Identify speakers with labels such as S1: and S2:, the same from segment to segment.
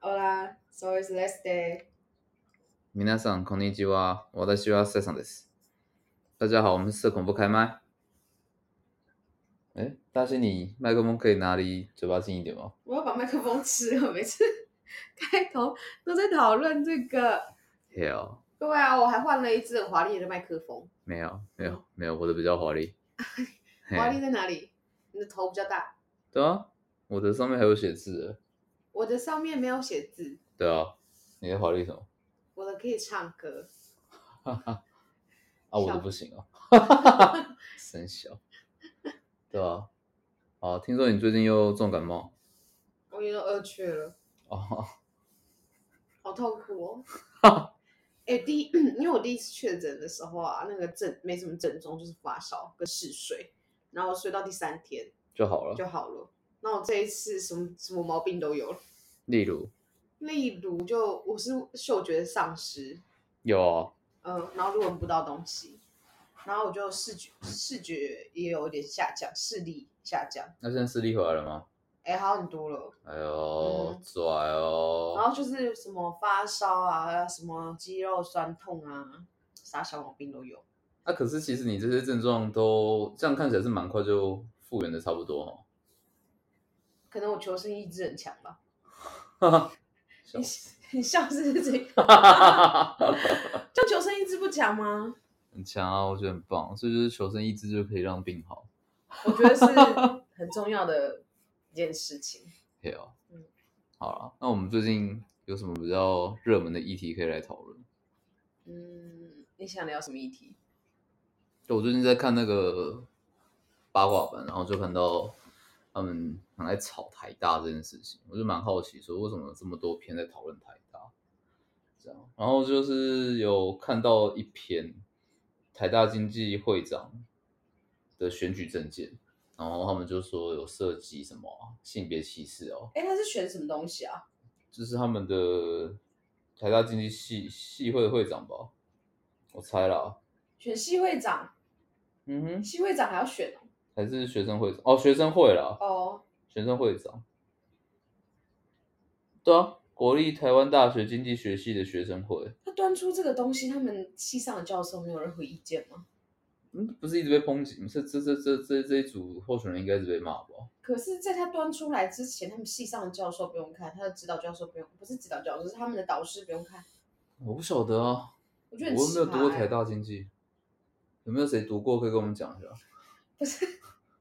S1: Hola, so it's last day.
S2: 皆さん、こんにちは。私はセさんです。大家好，我们是恐怖开麦。哎，大仙，你麦克风可以拿离嘴巴近一点吗？
S1: 我要把麦克风吃 了，每次开头都在讨论这个。
S2: 没有，
S1: 对啊，我还换了一支很华丽的麦克风。
S2: 没有，没有，没有，我的比较华 丽。嘿
S1: 华丽在哪里？你的头比较大，
S2: 对啊，我的上面还有写字。
S1: 我的上面没有写字，
S2: 对啊，你的华丽什么？
S1: 我的可以唱歌。
S2: 哈哈，啊，我的
S1: 笑
S2: 不行 啊，真小。对啊，哦，听说你最近又重感冒
S1: 我有点饿去了，
S2: 哦，
S1: 好痛苦哦。哎、第一， 因为我第一次确诊的时候啊，那个症没什么症状，就是发烧跟嗜睡，然后我睡到第三天
S2: 就好了。
S1: 就好了。那我这一次什么什么毛病都有了。
S2: 例如，
S1: 例如就我是嗅觉丧失，
S2: 有啊，
S1: 嗯，然后就闻不到东西，然后我就视觉视觉也有点下降，视力下降，
S2: 那现在视力回来了吗？
S1: 哎，好很多了。
S2: 哎呦
S1: 嗯，
S2: 拽哦！
S1: 然后就是什么发烧啊，什么肌肉酸痛啊，啥小毛病都有。
S2: 啊，可是其实你这些症状都这样看起来是蛮快就复原的，差不多哦。
S1: 可能我求生意志很强吧。
S2: 哈哈，笑
S1: 你你笑是这个，
S2: 哈哈，
S1: 就求生意志不强吗？
S2: 哦 很强啊，我觉得很棒，所以就是求生意志就可以让病好。
S1: 我觉得是很重要的一件事情。
S2: 对啊，
S1: 嗯
S2: 好了，那我们最近有什么比较热门的议题可以来讨论？
S1: 嗯，你想聊什么议题？
S2: 就我最近在看那个八卦版，然后就看到他们很爱炒台大这件事情，我就蛮好奇说为什么有这么多篇在讨论台大，这样，然后就是有看到一篇台大经济会长的选举证件，然后他们就说有涉及什么啊性别歧视哦，
S1: 哎，他是选什么东西啊？
S2: 就是他们的台大经济系系会的会长吧，我猜啦，
S1: 选系会长，
S2: 嗯哼，
S1: 系会长还要选哦。
S2: 还是学生会长哦，学生会啦，
S1: 哦，
S2: 学生会长。对啊，国立台湾大学经济学系的学生会，
S1: 他端出这个东西，他们系上的教授没有任何意见吗？
S2: 嗯，不是一直被抨击吗？这这这这这这一组候选人应该是被骂吧？
S1: 可是，在他端出来之前，他们系上的教授不用看，他的指导教授不用，不是指导教授，是他们的导师不用看。
S2: 我不晓得啊，
S1: 我
S2: 我
S1: 觉得很
S2: 又没有
S1: 奇葩
S2: 读过
S1: 欸
S2: 台大经济，有没有谁读过可以跟我们讲一下？
S1: 不是，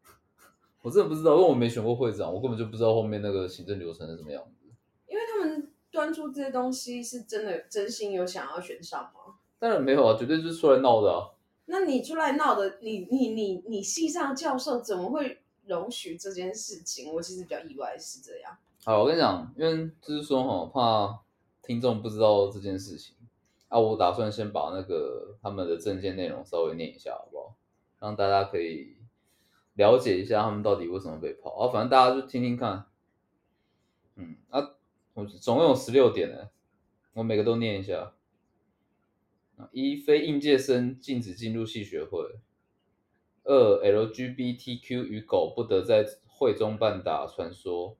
S2: 我真的不知道，因为我没选过会长，我根本就不知道后面那个行政流程是什么样子。
S1: 因为他们端出这些东西是真的真心有想要选上吗？
S2: 当然没有啊，绝对就是出来闹的啊。
S1: 那你出来闹的，你你你你系上的教授怎么会容许这件事情？我其实比较意外是这样。
S2: 好，我跟你讲，因为就是说哈，怕听众不知道这件事情啊，我打算先把那个他们的证件内容稍微念一下，好不好？让大家可以了解一下他们到底为什么被泡啊，反正大家就听听看。嗯，啊，我总共有十六点呢，我每个都念一下。啊一非应届生禁止进入系学会。二 LGBTQ 与狗不得在会中办打传说。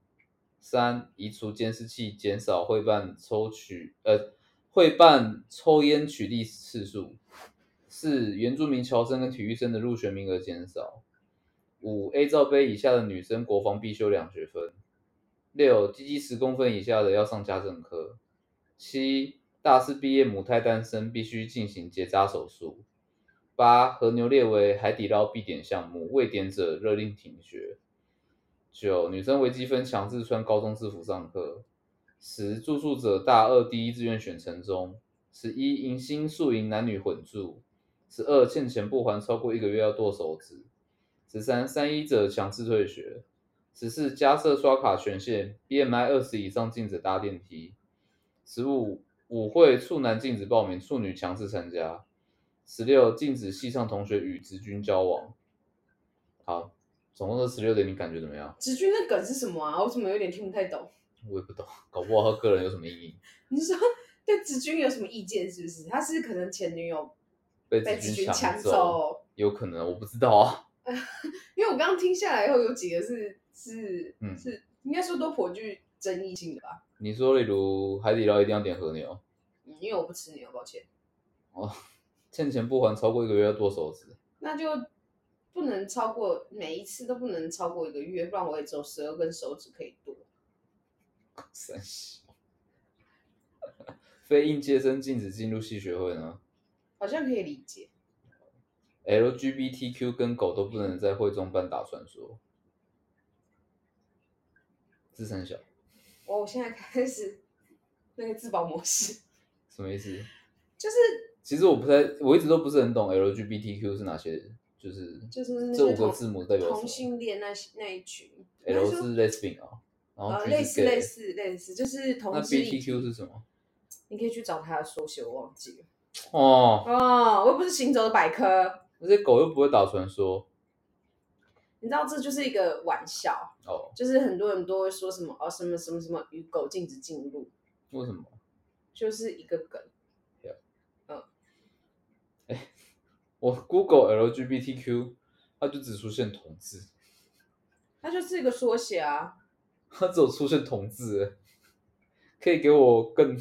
S2: 三移除监视器，减少会办抽取呃会办抽烟取缔次数。四原住民侨生跟体育生的入学名额减少。五 A 罩杯以下的女生国防必修两学分。六鸡鸡十公分以下的要上家政科。七大四毕业母胎单身必须进行结扎手术。八和牛列为海底捞必点项目，未点者勒令停学。九女生微积分强制穿高中制服上课。十住宿者大二第一志愿选城中。十一迎新宿营男女混住。十二欠钱不还超过一个月要剁手指。十三三一者强制退学。十四加设刷卡权限，BMI 二十以上禁止搭电梯。十五舞会处男禁止报名，处女强制参加。十六禁止系上同学与直军交往。好，总共这十六点，你感觉怎么样？
S1: 子君的梗是什么啊？我怎么有点听不太懂？
S2: 我也不懂，搞不好他个人有什么阴影，
S1: 你是说对子君有什么意见？是不是？他是可能前女友
S2: 被
S1: 被子
S2: 子君
S1: 君抢
S2: 走，
S1: 走？
S2: 有可能，我不知道啊。
S1: 因为我刚刚听下来以后，有几个是是
S2: 嗯
S1: 是，应该说都颇具争议性的吧。
S2: 你说，例如海底捞一定要点和牛，
S1: 嗯，因为我不吃牛，抱歉。
S2: 欠钱不还超过一个月要剁手指，
S1: 那就不能超过每一次都不能超过一个月，不然我也只有十二根手指可以剁。
S2: 三十。 非应届生禁止进入系学会呢
S1: 好像可以理解。
S2: ，LGBTQ 跟狗都不能在会中办打传说。自三小
S1: 我我现在开始 那个自保模式，
S2: 什么意思？
S1: 就是
S2: 其实我不太，我一直都不是很懂 LGBTQ 是哪些，就是
S1: 就是那
S2: 这
S1: 些
S2: 五个
S1: 同
S2: 字母代表什
S1: 同
S2: 么
S1: 性恋那些那一群
S2: L
S1: 应该说
S2: 是 lesbian 啊，然后
S1: 呃
S2: G
S1: 类
S2: 是
S1: 似
S2: gay
S1: 类似类似，就是同
S2: 那
S1: 志一体
S2: BTQ 是什么？
S1: 你可以去找他的缩写，我忘记了。
S2: 哦，
S1: 哦，我又不是行走的百科，
S2: 那些狗又不会打传说
S1: 你知道这就是一个玩笑，
S2: 哦？
S1: 就是很多人都会说什么哦什么什么什么与狗禁止进入，
S2: 为什么？
S1: 就是一个梗。
S2: 我 Google LGBTQ，它就只出现同志，
S1: 它就是一个缩写啊，
S2: 它只有出现同志欸，可以给我更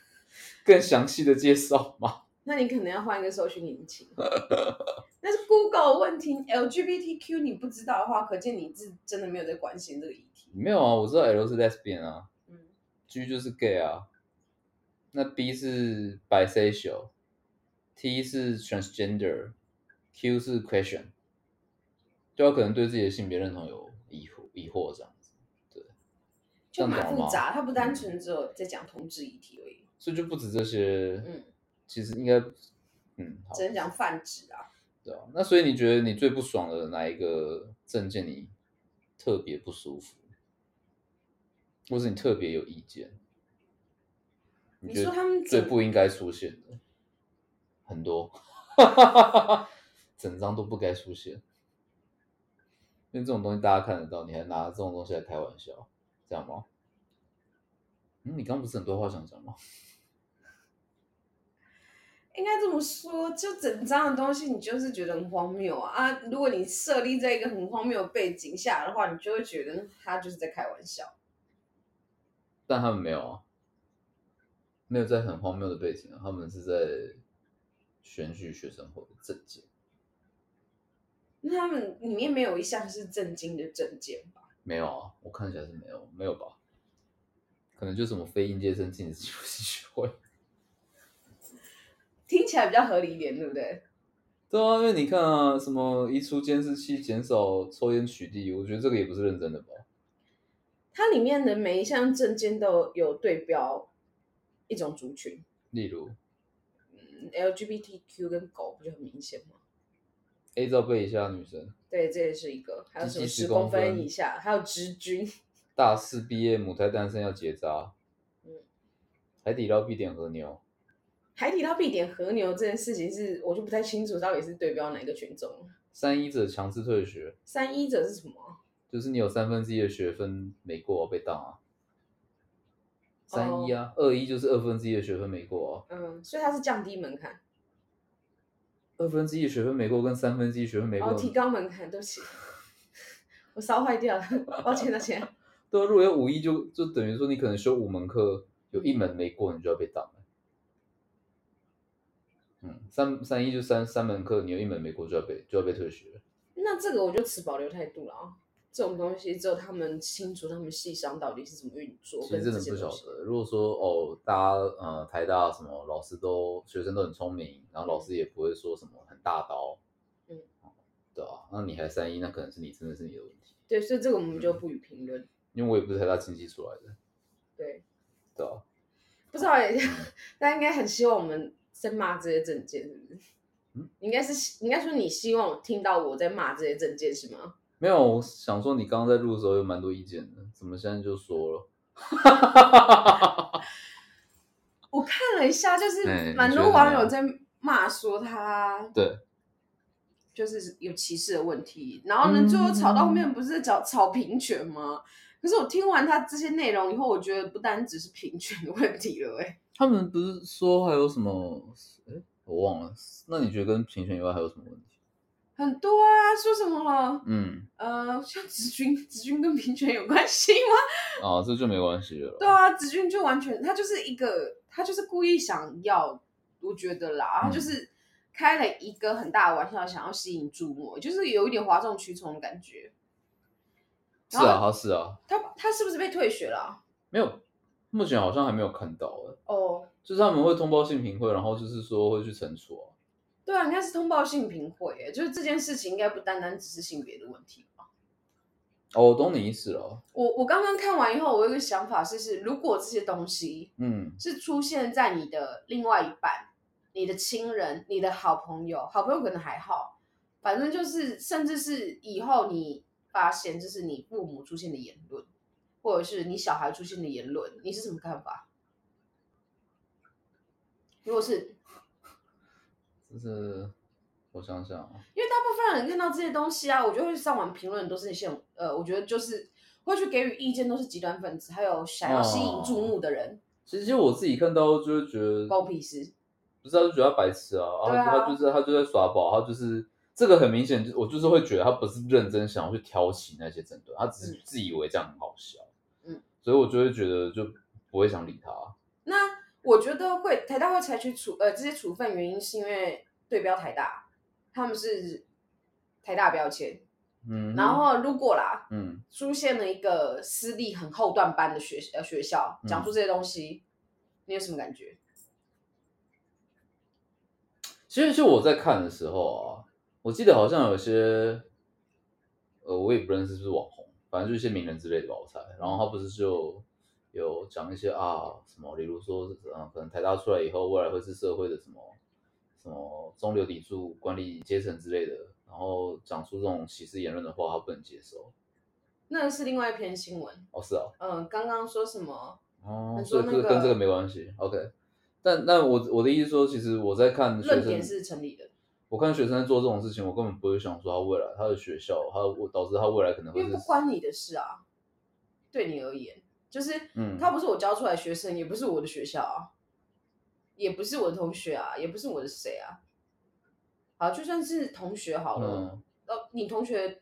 S2: 更详细的介绍吗？
S1: 那你可能要换一个搜寻引擎。 但是 Google 问题 LGBTQ 你不知道的话，可见你是真的没有在关心这个议题。
S2: 没有啊，我知道 L 是 lesbian 啊
S1: 嗯，
S2: ，G 就是 gay 啊，那 B 是 bisexual，T 是 transgender，Q 是 question，就他可能对自己的性别认同有疑惑疑惑这样子，对，这
S1: 就
S2: 样
S1: 蛮
S2: 懂
S1: 复
S2: 吗？嗯
S1: 杂，它不单纯只有在讲同志议题而已，
S2: 所以就不止这些，
S1: 嗯，
S2: 其实应该，嗯，好
S1: 只，能讲泛指啊。
S2: 对啊。那所以你觉得你最不爽的哪一个证件你特别不舒服，或是你特别有意见？
S1: 你
S2: 觉
S1: 说
S2: 得
S1: 他们
S2: 最
S1: 整
S2: 不应该出现的很多，整张都不该出现，因为这种东西大家看得到，你还拿这种东西来开玩笑，这样吗？嗯，你刚不是很多话想讲吗？
S1: 应该这么说，就整张的东西，你就是觉得很荒谬啊！啊如果你设立在一个很荒谬的背景下的话，你就会觉得他就是在开玩笑。
S2: 但他们没有啊，没有在很荒谬的背景啊，他们是在选举学生会的政见，
S1: 那他们里面没有一项是正经的证件吧？
S2: 没有啊，我看起来是没有，没有吧？可能就什么非应届生禁止出席聚会，
S1: 听起来比较合理一点，对不对？
S2: 对啊，因为你看啊，什么移除监视器、减少抽烟取缔，我觉得这个也不是认真的吧？
S1: 它里面的每一项证件都有对标一种族群、
S2: 例如
S1: 嗯、，LGBTQ 跟狗不就很明显吗？
S2: A 罩杯以下的女生，
S1: 对，这也是一个。还有什么
S2: 鸡鸡
S1: 十
S2: 10公
S1: 公
S2: 分
S1: 分以下，还有直军，
S2: 大四毕业母胎单身要结扎，
S1: 嗯
S2: 海底捞必点和牛，
S1: 海底捞必点和牛这件事情是，我就不太清楚到底是对标哪个群众了。
S2: 三一者强制退学，
S1: 三一者是什么？啊
S2: 就是你有三分之一的学分没过被当啊。三一
S1: 哦
S2: 啊，二一就是二分之一的学分没过啊，
S1: 嗯，所以它是降低门槛，
S2: 二分之一的学分没过跟三分之一学分没
S1: 然
S2: 过，
S1: 哦后提高门槛。对不起， 我烧坏 掉了，抱歉抱歉。
S2: 对啊，如果要五一就就等于说你可能修五门课，有一门没过，你就要被挡了。嗯，三三一就三三门课，你有一门没过就要被就要被退学了。
S1: 那这个我就持保留态度了啊。这种东西只有他们清楚，他们系上到底是怎么运作，
S2: 其
S1: 跟
S2: 实真
S1: 这
S2: 的
S1: 些
S2: 不晓
S1: 东西。
S2: 得。如果说哦，大家呃台大什么老师都学生都很聪明，然后老师也不会说什么很大刀，
S1: 嗯，
S2: 对啊，那你还三一，那可能是你真的是你的问题，
S1: 对，所以这个我们就不予评论。
S2: 因为我也不是台大经济出来的，
S1: 对，
S2: 对啊，嗯
S1: 不知道也，大家应该很希望我们在骂这些证件，是不是？
S2: 嗯
S1: 应该是希，应该说你希望我听到我在骂这些证件是吗？
S2: 没有，我想说你刚刚在录的时候有蛮多意见的，怎么现在就说了？
S1: 我看了一下，就
S2: 哎
S1: 是
S2: 你
S1: 蛮
S2: 觉
S1: 多
S2: 得
S1: 网
S2: 呢
S1: 友在骂说他
S2: 对，
S1: 就是有歧视的问题，然后呢，最后吵
S2: 嗯
S1: 到后面不是吵吵平权吗？可是我听完他这些内容以后，我觉得不单只是平权的问题了、欸，哎，
S2: 他们不是说还有什么？哎，我忘了。那你觉得跟平权以外还有什么问题？
S1: 很多啊，说什么了？
S2: 嗯，
S1: 呃，像子君，子君跟平权有关系吗？
S2: 啊，这就没关系了。
S1: 对啊，子君就完全他就是一个，他就是故意想要，我觉得啦，他
S2: 嗯
S1: 就是开了一个很大的玩笑，想要吸引注目，就是有一点哗众取宠的感觉。
S2: 是啊，他是啊，
S1: 他他是不是被退学了啊、
S2: 没有，目前好像还没有看到欸
S1: 哦，
S2: 就是他们会通报性评会，然后就是说会去惩处啊。
S1: 对啊，应该是通报性评会耶，就是这件事情应该不单单只是性别的问题吧。
S2: 哦，我懂你意思了。
S1: 我我刚刚看完以后，我有一个想法是是，如果这些东西
S2: 嗯
S1: 是出现在你的另外一半、你的亲人、你的好朋友，好朋友可能还好，反正就是甚至是以后你发现这是你父母出现的言论，或者是你小孩出现的言论，你是什么看法？如果是
S2: 就是我想想啊，
S1: 因为大部分人看到这些东西啊，我就会上网评论，都是那些人呃，我觉得就是会去给予意见，都是极端分子，还有想要吸引注目的人，
S2: 其实其实我自己看到就会觉得，
S1: 关我屁事。
S2: 不是他就觉得他白痴啊，
S1: 对
S2: 然
S1: 啊
S2: 后他就是他就在耍宝，他就是这个很明显，就我就是会觉得他不是认真想要去挑起那些争端，他只是自以为这样很好笑。
S1: 嗯，
S2: 所以我就会觉得就不会想理他。啊
S1: 那我觉得会台大会采取处呃这些处分原因，是因为对标台大，他们是台大标签。
S2: 嗯，
S1: 然后如果啦
S2: 嗯
S1: 出现了一个私立很后段班的学呃学校
S2: 嗯
S1: 讲出这些东西，你有什么感觉？
S2: 其实，其实我在看的时候啊，我记得好像有些，呃，我也不认识是不是网红，反正就是一些名人之类的吧，我猜。然后他不是就有讲一些啊什么，例如说，嗯，可能台大出来以后，未来会是社会的什么什么中流砥柱、管理阶层之类的，然后讲出这种歧视言论的话，他不能接受。
S1: 那是另外一篇新闻，
S2: 哦，是啊，
S1: 嗯、刚刚说什么？
S2: 哦，
S1: 你
S2: 所
S1: 说
S2: 以
S1: 那
S2: 这个
S1: 个
S2: 跟这个没关系，OK。但但我我的意思说，其实我在看嗯学
S1: 论
S2: 生
S1: 点是成立的，
S2: 我看学生在做这种事情，我根本不会想说他未来他的学校，他我导致他未来可能会
S1: 因
S2: 啊是
S1: 为不关你的事啊，对你而言，就是
S2: 嗯
S1: 他不是我教出来的学生，也不是我的学校啊，也不是我的同学啊，也不是我的谁啊。好，就算是同学好了，
S2: 嗯
S1: 呃、你同学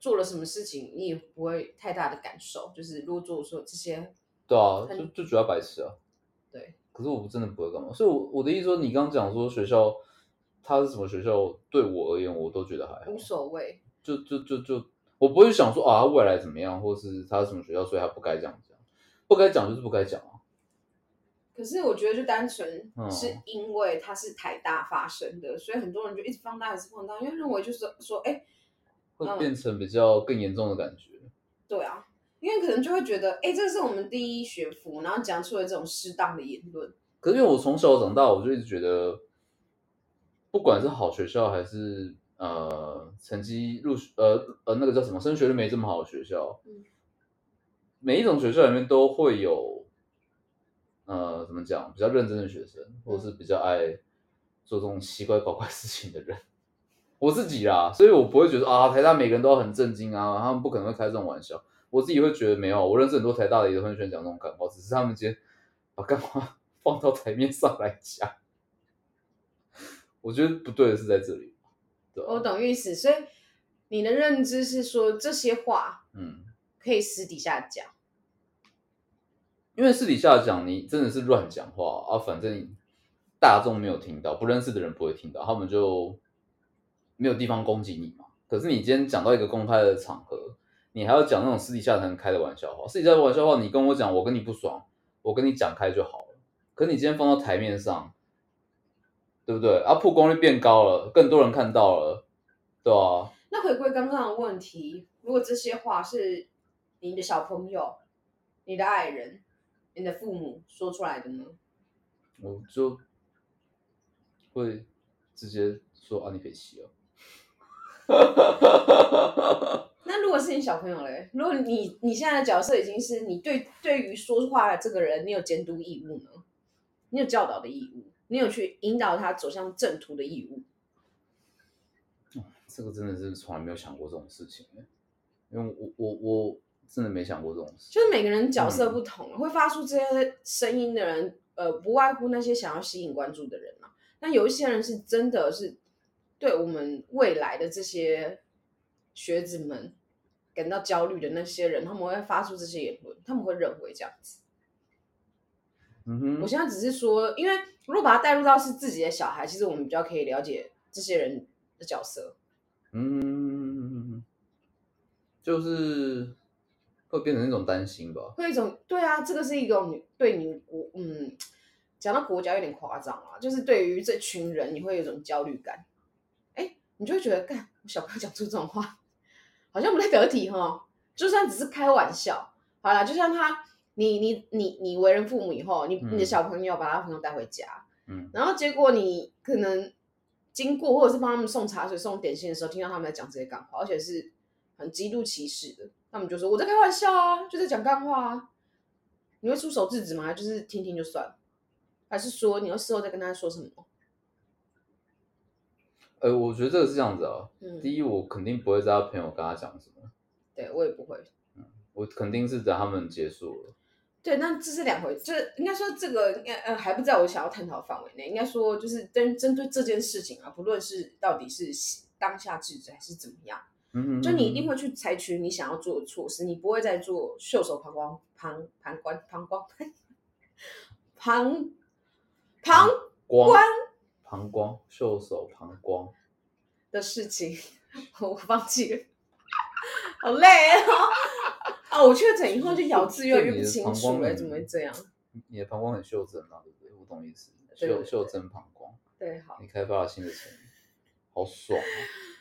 S1: 做了什么事情，你也不会太大的感受。就是如果做说这些，
S2: 对啊，
S1: 很
S2: 就就觉得他白痴啊。
S1: 对，
S2: 可是我真的不会干嘛，所以我我的意思说，你刚刚讲说学校他是什么学校，对我而言我都觉得还好
S1: 无，所谓。
S2: 就就就就我不会想说啊他未来怎么样，或是他什么学校，所以他不该这样讲，不该讲就是不该讲啊。
S1: 可是我觉得就单纯
S2: 嗯
S1: 是因为它是台大发生的，所以很多人就一直放大，一直放大，因为认为就是说，哎、
S2: 会变成比较更严重的感觉，
S1: 对啊，因为可能就会觉得，哎、这是我们第一学府，然后讲出了这种适当的言论。
S2: 可是因为我从小长大，我就一直觉得，不管是好学校还是呃成绩入学呃呃那个叫什么升学率没这么好的学校，
S1: 嗯
S2: 每一种学校里面都会有呃怎么讲比较认真的学生，或是比较爱做这种奇怪搞怪事情的人。我自己啦，所以我不会觉得啊，台大每个人都很震惊啊，他们不可能会开这种玩笑。我自己会觉得没有，我认识很多台大的也都很喜欢讲这种感话，只是他们今天把干话放到台面上来讲，我觉得不对的是在这里，对吧、
S1: 我懂意思，所以你的认知是说这些话
S2: 嗯，
S1: 可以私底下讲，
S2: 因为私底下讲，你真的是乱讲话啊，反正大众没有听到，不认识的人不会听到，他们就没有地方攻击你嘛。可是你今天讲到一个公开的场合，你还要讲那种私底下才能开的玩笑话，私底下的玩笑话，你跟我讲，我跟你不爽，我跟你讲开就好了。可是你今天放到台面上，对不对？啊，曝光率变高了，更多人看到了，对啊，
S1: 那回归刚刚的问题，如果这些话是你的小朋友、你的爱人、你的父母说出来的呢？
S2: 我就会直接说啊，你可以吸哦。
S1: 那如果是你小朋友嘞，如果你你现在的角色已经是你对对于说话的这个人，你有监督义务呢？你有教导的义务，你有去引导他走向正途的义务。
S2: 这个真的是从来没有想过这种事情欸，因为我我我真的没想过这种事。
S1: 就是每个人角色不同，会发出这些声音的人，呃，不外乎那些想要吸引关注的人嘛。那有一些人是真的是对我们未来的这些学子们感到焦虑的那些人，他们会发出这些言论，他们会认为这样子。
S2: 嗯
S1: 我
S2: 哼，
S1: 现在只是说，因为如果把它带入到是自己的小孩，其实我们比较可以了解这些人的角色。
S2: 嗯，就是会变成一种担心吧。
S1: 会有一种对啊，这个是一种对你国嗯，讲到国家有点夸张啊，就是对于这群人，你会有一种焦虑感。哎，你就会觉得，干，我小朋友讲出这种话，好像不太得体哈。就算只是开玩笑，好啦，就像他，你你你你为人父母以后，你你的
S2: 嗯
S1: 小朋友把他朋友带回家，
S2: 嗯
S1: 然后结果你可能经过或者是帮他们送茶水、送点心的时候，听到他们在讲这些干话，而且是很极度歧视的。他们就说我在开玩笑啊，就在讲干话啊。你会出手制止吗？就是听听就算了，还是说你要事后再跟他说什么？
S2: 呃，我觉得这个是这样子啊。
S1: 嗯，
S2: 第一，我肯定不会在他朋友跟他讲什么，
S1: 对我也不会。
S2: 我肯定是等他们结束了。
S1: 对，那这是两回，就是应该说这个应该呃还不在我想要探讨的范围内。应该说就是针针对这件事情啊，不论是到底是当下制止还是怎么样。
S2: 嗯，
S1: 就你一定会去采取你想要做的措施，你不会再做袖手旁观、旁旁观、旁观、 旁旁
S2: 光膀胱袖手膀胱，
S1: 的事情， 我放弃了，好累哦。啊，我确诊以后就咬字越来越不清楚了，怎么会这样？
S2: 你的膀胱很袖珍啊，对不对？我懂意思，
S1: 对对
S2: 袖
S1: 对
S2: 袖珍膀胱，
S1: 对，好，
S2: 你开发了新的成语，好爽、啊。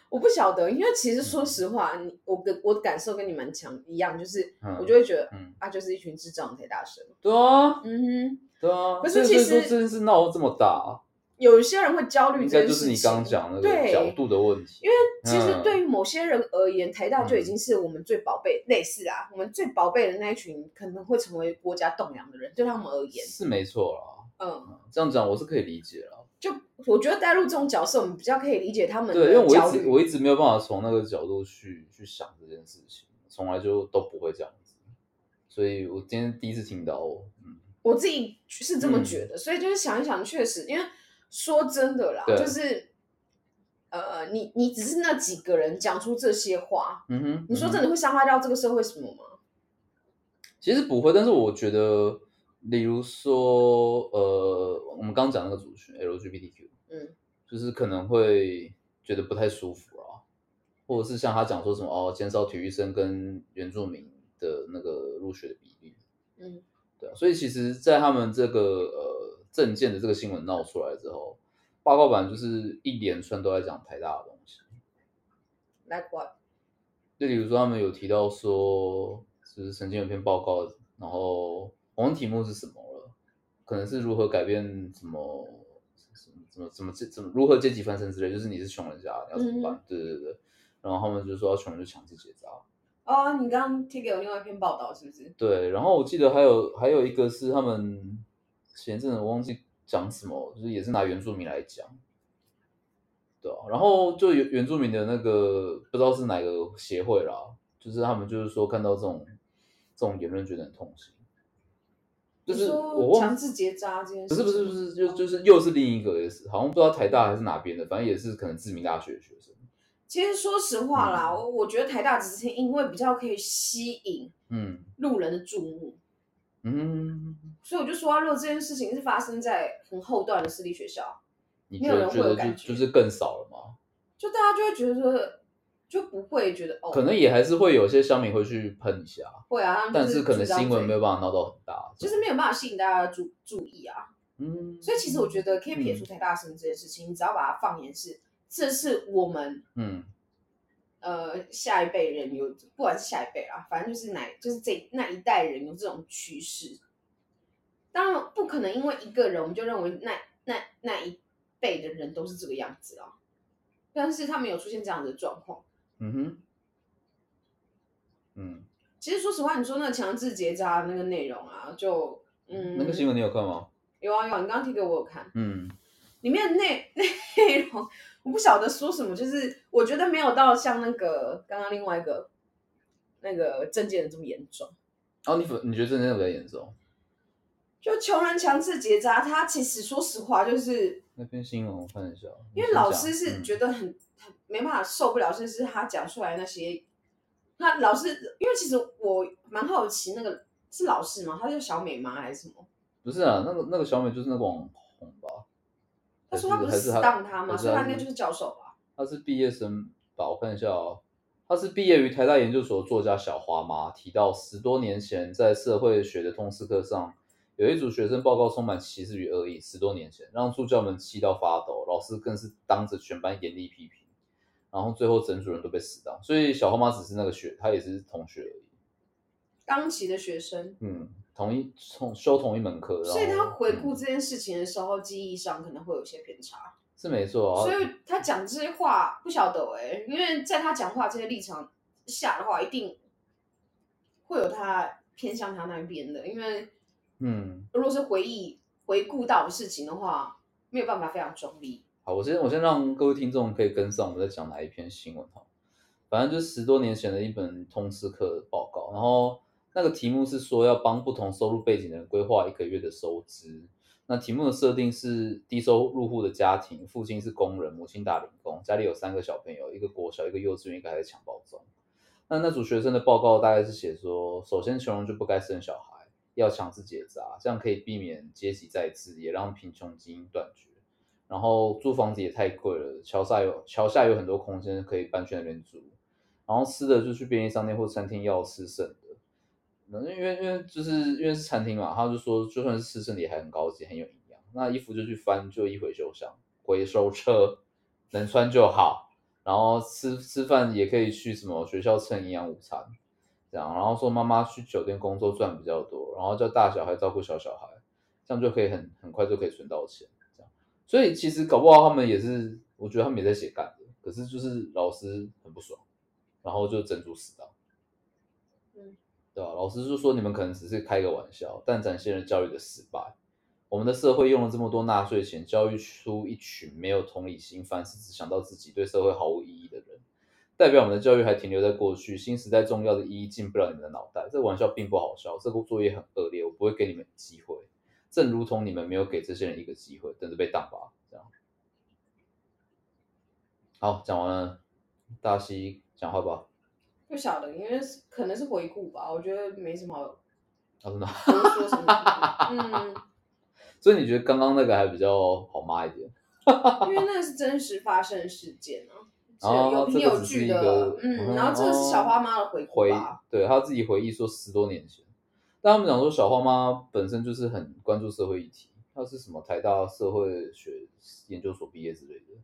S1: 我不晓得，因为其实
S2: 嗯
S1: 说实话，你我跟我感受跟你蛮强一样，就是
S2: 嗯
S1: 我就会觉得
S2: 嗯，
S1: 啊，就是一群智障才大声。
S2: 对啊，
S1: 嗯哼，
S2: 对啊。
S1: 可是
S2: 所以
S1: 其
S2: 所
S1: 实
S2: 以说这件事闹得这么大，啊
S1: 有一些人会焦虑
S2: 应
S1: 这件
S2: 该
S1: 事情，
S2: 就是你刚刚讲那个
S1: 对
S2: 角度的问题。
S1: 因为其实
S2: 嗯
S1: 对于某些人而言，台大就已
S2: 嗯
S1: 经是我们最宝贝，类似啊，我们最宝贝的那一群可能会成为国家栋梁的人，对他们而言，
S2: 是没错啦。
S1: 嗯，
S2: 嗯这样讲我是可以理解啦。
S1: 就我觉得带入这种角色，我们比较可以理解他们
S2: 对，因为
S1: 的
S2: 我
S1: 嗯焦
S2: 一直
S1: 虑。
S2: 我一直没有办法从那个角度去去想这件事情，从来就都不会这样子，所以我今天第一次听到，嗯，
S1: 我自己是这么觉得，所以就是想一想，确实，因为说真的啦，
S2: 对
S1: 就是呃，你你只是那几个人讲出这些话，
S2: 嗯哼，
S1: 你说
S2: 嗯哼
S1: 真的会伤害到这个社会什么吗？
S2: 其实不会，但是我觉得，例如说，呃，我们刚刚讲那个族群 LGBTQ，
S1: 嗯，
S2: 就是可能会觉得不太舒服啊，或者是像他讲说什么哦，减少体育生跟原住民的那个入学的比例，
S1: 嗯，
S2: 对啊，所以其实，在他们这个呃证件的这个新闻闹出来之后，报告版就是一连串都在讲台大的东西，
S1: 来，我
S2: 就比如说他们有提到说，就是曾经有一篇报告，然后忘记题目是什么了，可能是如何改变什么什么怎么怎么怎么怎么如何阶级翻身之类，就是你是穷人家，你要怎么办？对对对。然后他们就说要穷人就强制结扎，
S1: 哦，你刚刚贴给我另外一篇报道是不是？
S2: 对。然后我记得还有还有一个是他们前阵子我忘记讲什么，就是也是拿原住民来讲。对啊，然后就原原住民的那个不知道是哪个协会啦，就是他们就是说看到这种这种言论觉得很痛心，就是
S1: 你说
S2: 我忘
S1: 强制结扎这件
S2: 不
S1: 事情
S2: 是不
S1: 吗，
S2: 是不是就就是又是另一个也是，好像不知道台大还是哪边的，反正也是可能知名大学的学生，
S1: 其实说实话啦，
S2: 嗯
S1: 我我觉得台大只是因为比较可以吸引
S2: 嗯
S1: 路人的注目，
S2: 嗯，
S1: 所以我就说啊，如果这件事情是发生在很后段的私立学校，
S2: 你
S1: 没
S2: 觉
S1: 有
S2: 得
S1: 人会
S2: 觉
S1: 有
S2: 得
S1: 感
S2: 就
S1: 觉
S2: 就是更少了吗？
S1: 就大家就会觉得就不会觉得哦，
S2: 可能也还是会有些乡民会去喷一下，
S1: 会啊，他们
S2: 但
S1: 就是
S2: 可能
S1: 主张
S2: 新闻
S1: 这
S2: 没有办法闹到很大，
S1: 就是没有办法吸引大家的注注意啊。
S2: 嗯，
S1: 所以其实我觉得可以撇除台大生这件事情，你只要把它放眼是，这是我们
S2: 嗯
S1: 呃下一辈人有，不管是下一辈啦，反正就是哪就是这那一代人有这种趋势。当然不可能因为一个人我们就认为那那那一辈的人都是这个样子啊，但是他们有出现这样的状况。
S2: 嗯哼嗯。
S1: 其实说实话，你说那个强制结扎的那个内容啊，就嗯，
S2: 那个新闻你有看吗？
S1: 有啊有啊，你刚刚提给我有看，
S2: 嗯，
S1: 里面的内内容我不晓得说什么，就是我觉得没有到像那个刚刚另外一个那个证件的这么严重。
S2: 哦，你你觉得这件事比较严重？
S1: 就穷人强制结扎，他其实说实话就是
S2: 那篇新闻我看一下，
S1: 因
S2: 你
S1: 为
S2: 先
S1: 老
S2: 讲
S1: 师是
S2: 嗯
S1: 觉得很、很没办法受不了，就是他讲出来那些，那老师因为其实我蛮好奇那个是老师吗？她是小美吗还是什么？
S2: 不是啊，那个那个小美就是那个网红吧？
S1: 他说他不
S2: 还
S1: 是
S2: 是
S1: 死
S2: 还是
S1: 当他吗？
S2: 还是
S1: 所以他
S2: 他
S1: 应该就是教授吧？
S2: 她是毕业生吧？我看一下哦，她是毕业于台大研究所作家小花妈提到，十多年前在社会学的通识课上，有一组学生报告充满歧视与恶意，十多年前让助教们气到发抖，老师更是当着全班严厉批评，然后最后整组人都被死当，所以小花妈只是那个学，她也只是同学而已，
S1: 当期的学生，
S2: 嗯，同一同修同一门课，然后
S1: 所以他回顾
S2: 嗯
S1: 这件事情的时候，记忆上可能会有些偏差。
S2: 是没错啊，
S1: 所以他讲这些话不晓得哎、因为在他讲话这些立场下的话，一定会有他偏向他那边的。因为
S2: 嗯。
S1: 如果是回忆回顾到的事情的话，没有办法非常中立。
S2: 好，我先我先让各位听众可以跟上我们在讲哪一篇新闻哈。反正就是十多年前的一本通识课报告，然后那个题目是说要帮不同收入背景的人规划一个月的收支。那题目的设定是低收入户的家庭，父亲是工人，母亲打零工，家里有三个小朋友，一个国小，一个幼稚园，一个还在襁褓中。那那组学生的报告大概是写说，首先穷人就不该生小孩，要强制结扎，这样可以避免阶级再次，也让贫穷基因断绝。然后租房子也太贵了，桥下有桥下有很多空间可以搬去那边住，然后吃的就去便利商店或餐厅要吃剩的，那因为因为就是因为是餐厅嘛，他就说就算是吃剩的也还很高级，很有营养。那衣服就去翻旧衣回收箱、回收车，能穿就好。然后吃吃饭也可以去什么学校蹭营养午餐，这样。然后说妈妈去酒店工作赚比较多，然后叫大小孩照顾小小孩，这样就可以很很快就可以存到钱，这样。所以其实搞不好他们也是，我觉得他们也在写干的，可是就是老师很不爽，然后就整组死党，
S1: 嗯，
S2: 对吧、老师就说你们可能只是开个玩笑，但展现了教育的失败。我们的社会用了这么多纳税钱，教育出一群没有同理心、凡事只想到自己、对社会毫无意义的人，代表我们的教育还停留在过去。新时代重要的意义进不了你们的脑袋。这个玩笑并不好笑，这个作业很恶劣，我不会给你们机会。正如同你们没有给这些人一个机会，等着被当吧，这样。好，讲完了，大西讲话吧。
S1: 不晓得，因为是可能是回顾吧，我觉得没什么嗯好
S2: 啊，真的吗。
S1: 多说什么。
S2: 所以你觉得刚刚那个还比较好骂一点，
S1: 嗯，因为那个是真实发生的事件啊，是
S2: 哦
S1: 有凭
S2: 这个
S1: 有
S2: 只是
S1: 据
S2: 一
S1: 的
S2: 个。嗯
S1: 嗯，然后这个是小花妈的回顾
S2: 回
S1: 吧。
S2: 对他自己回忆说十多年前，但他们讲说小花妈本身就是很关注社会议题，她是什么台大社会学研究所毕业之类的，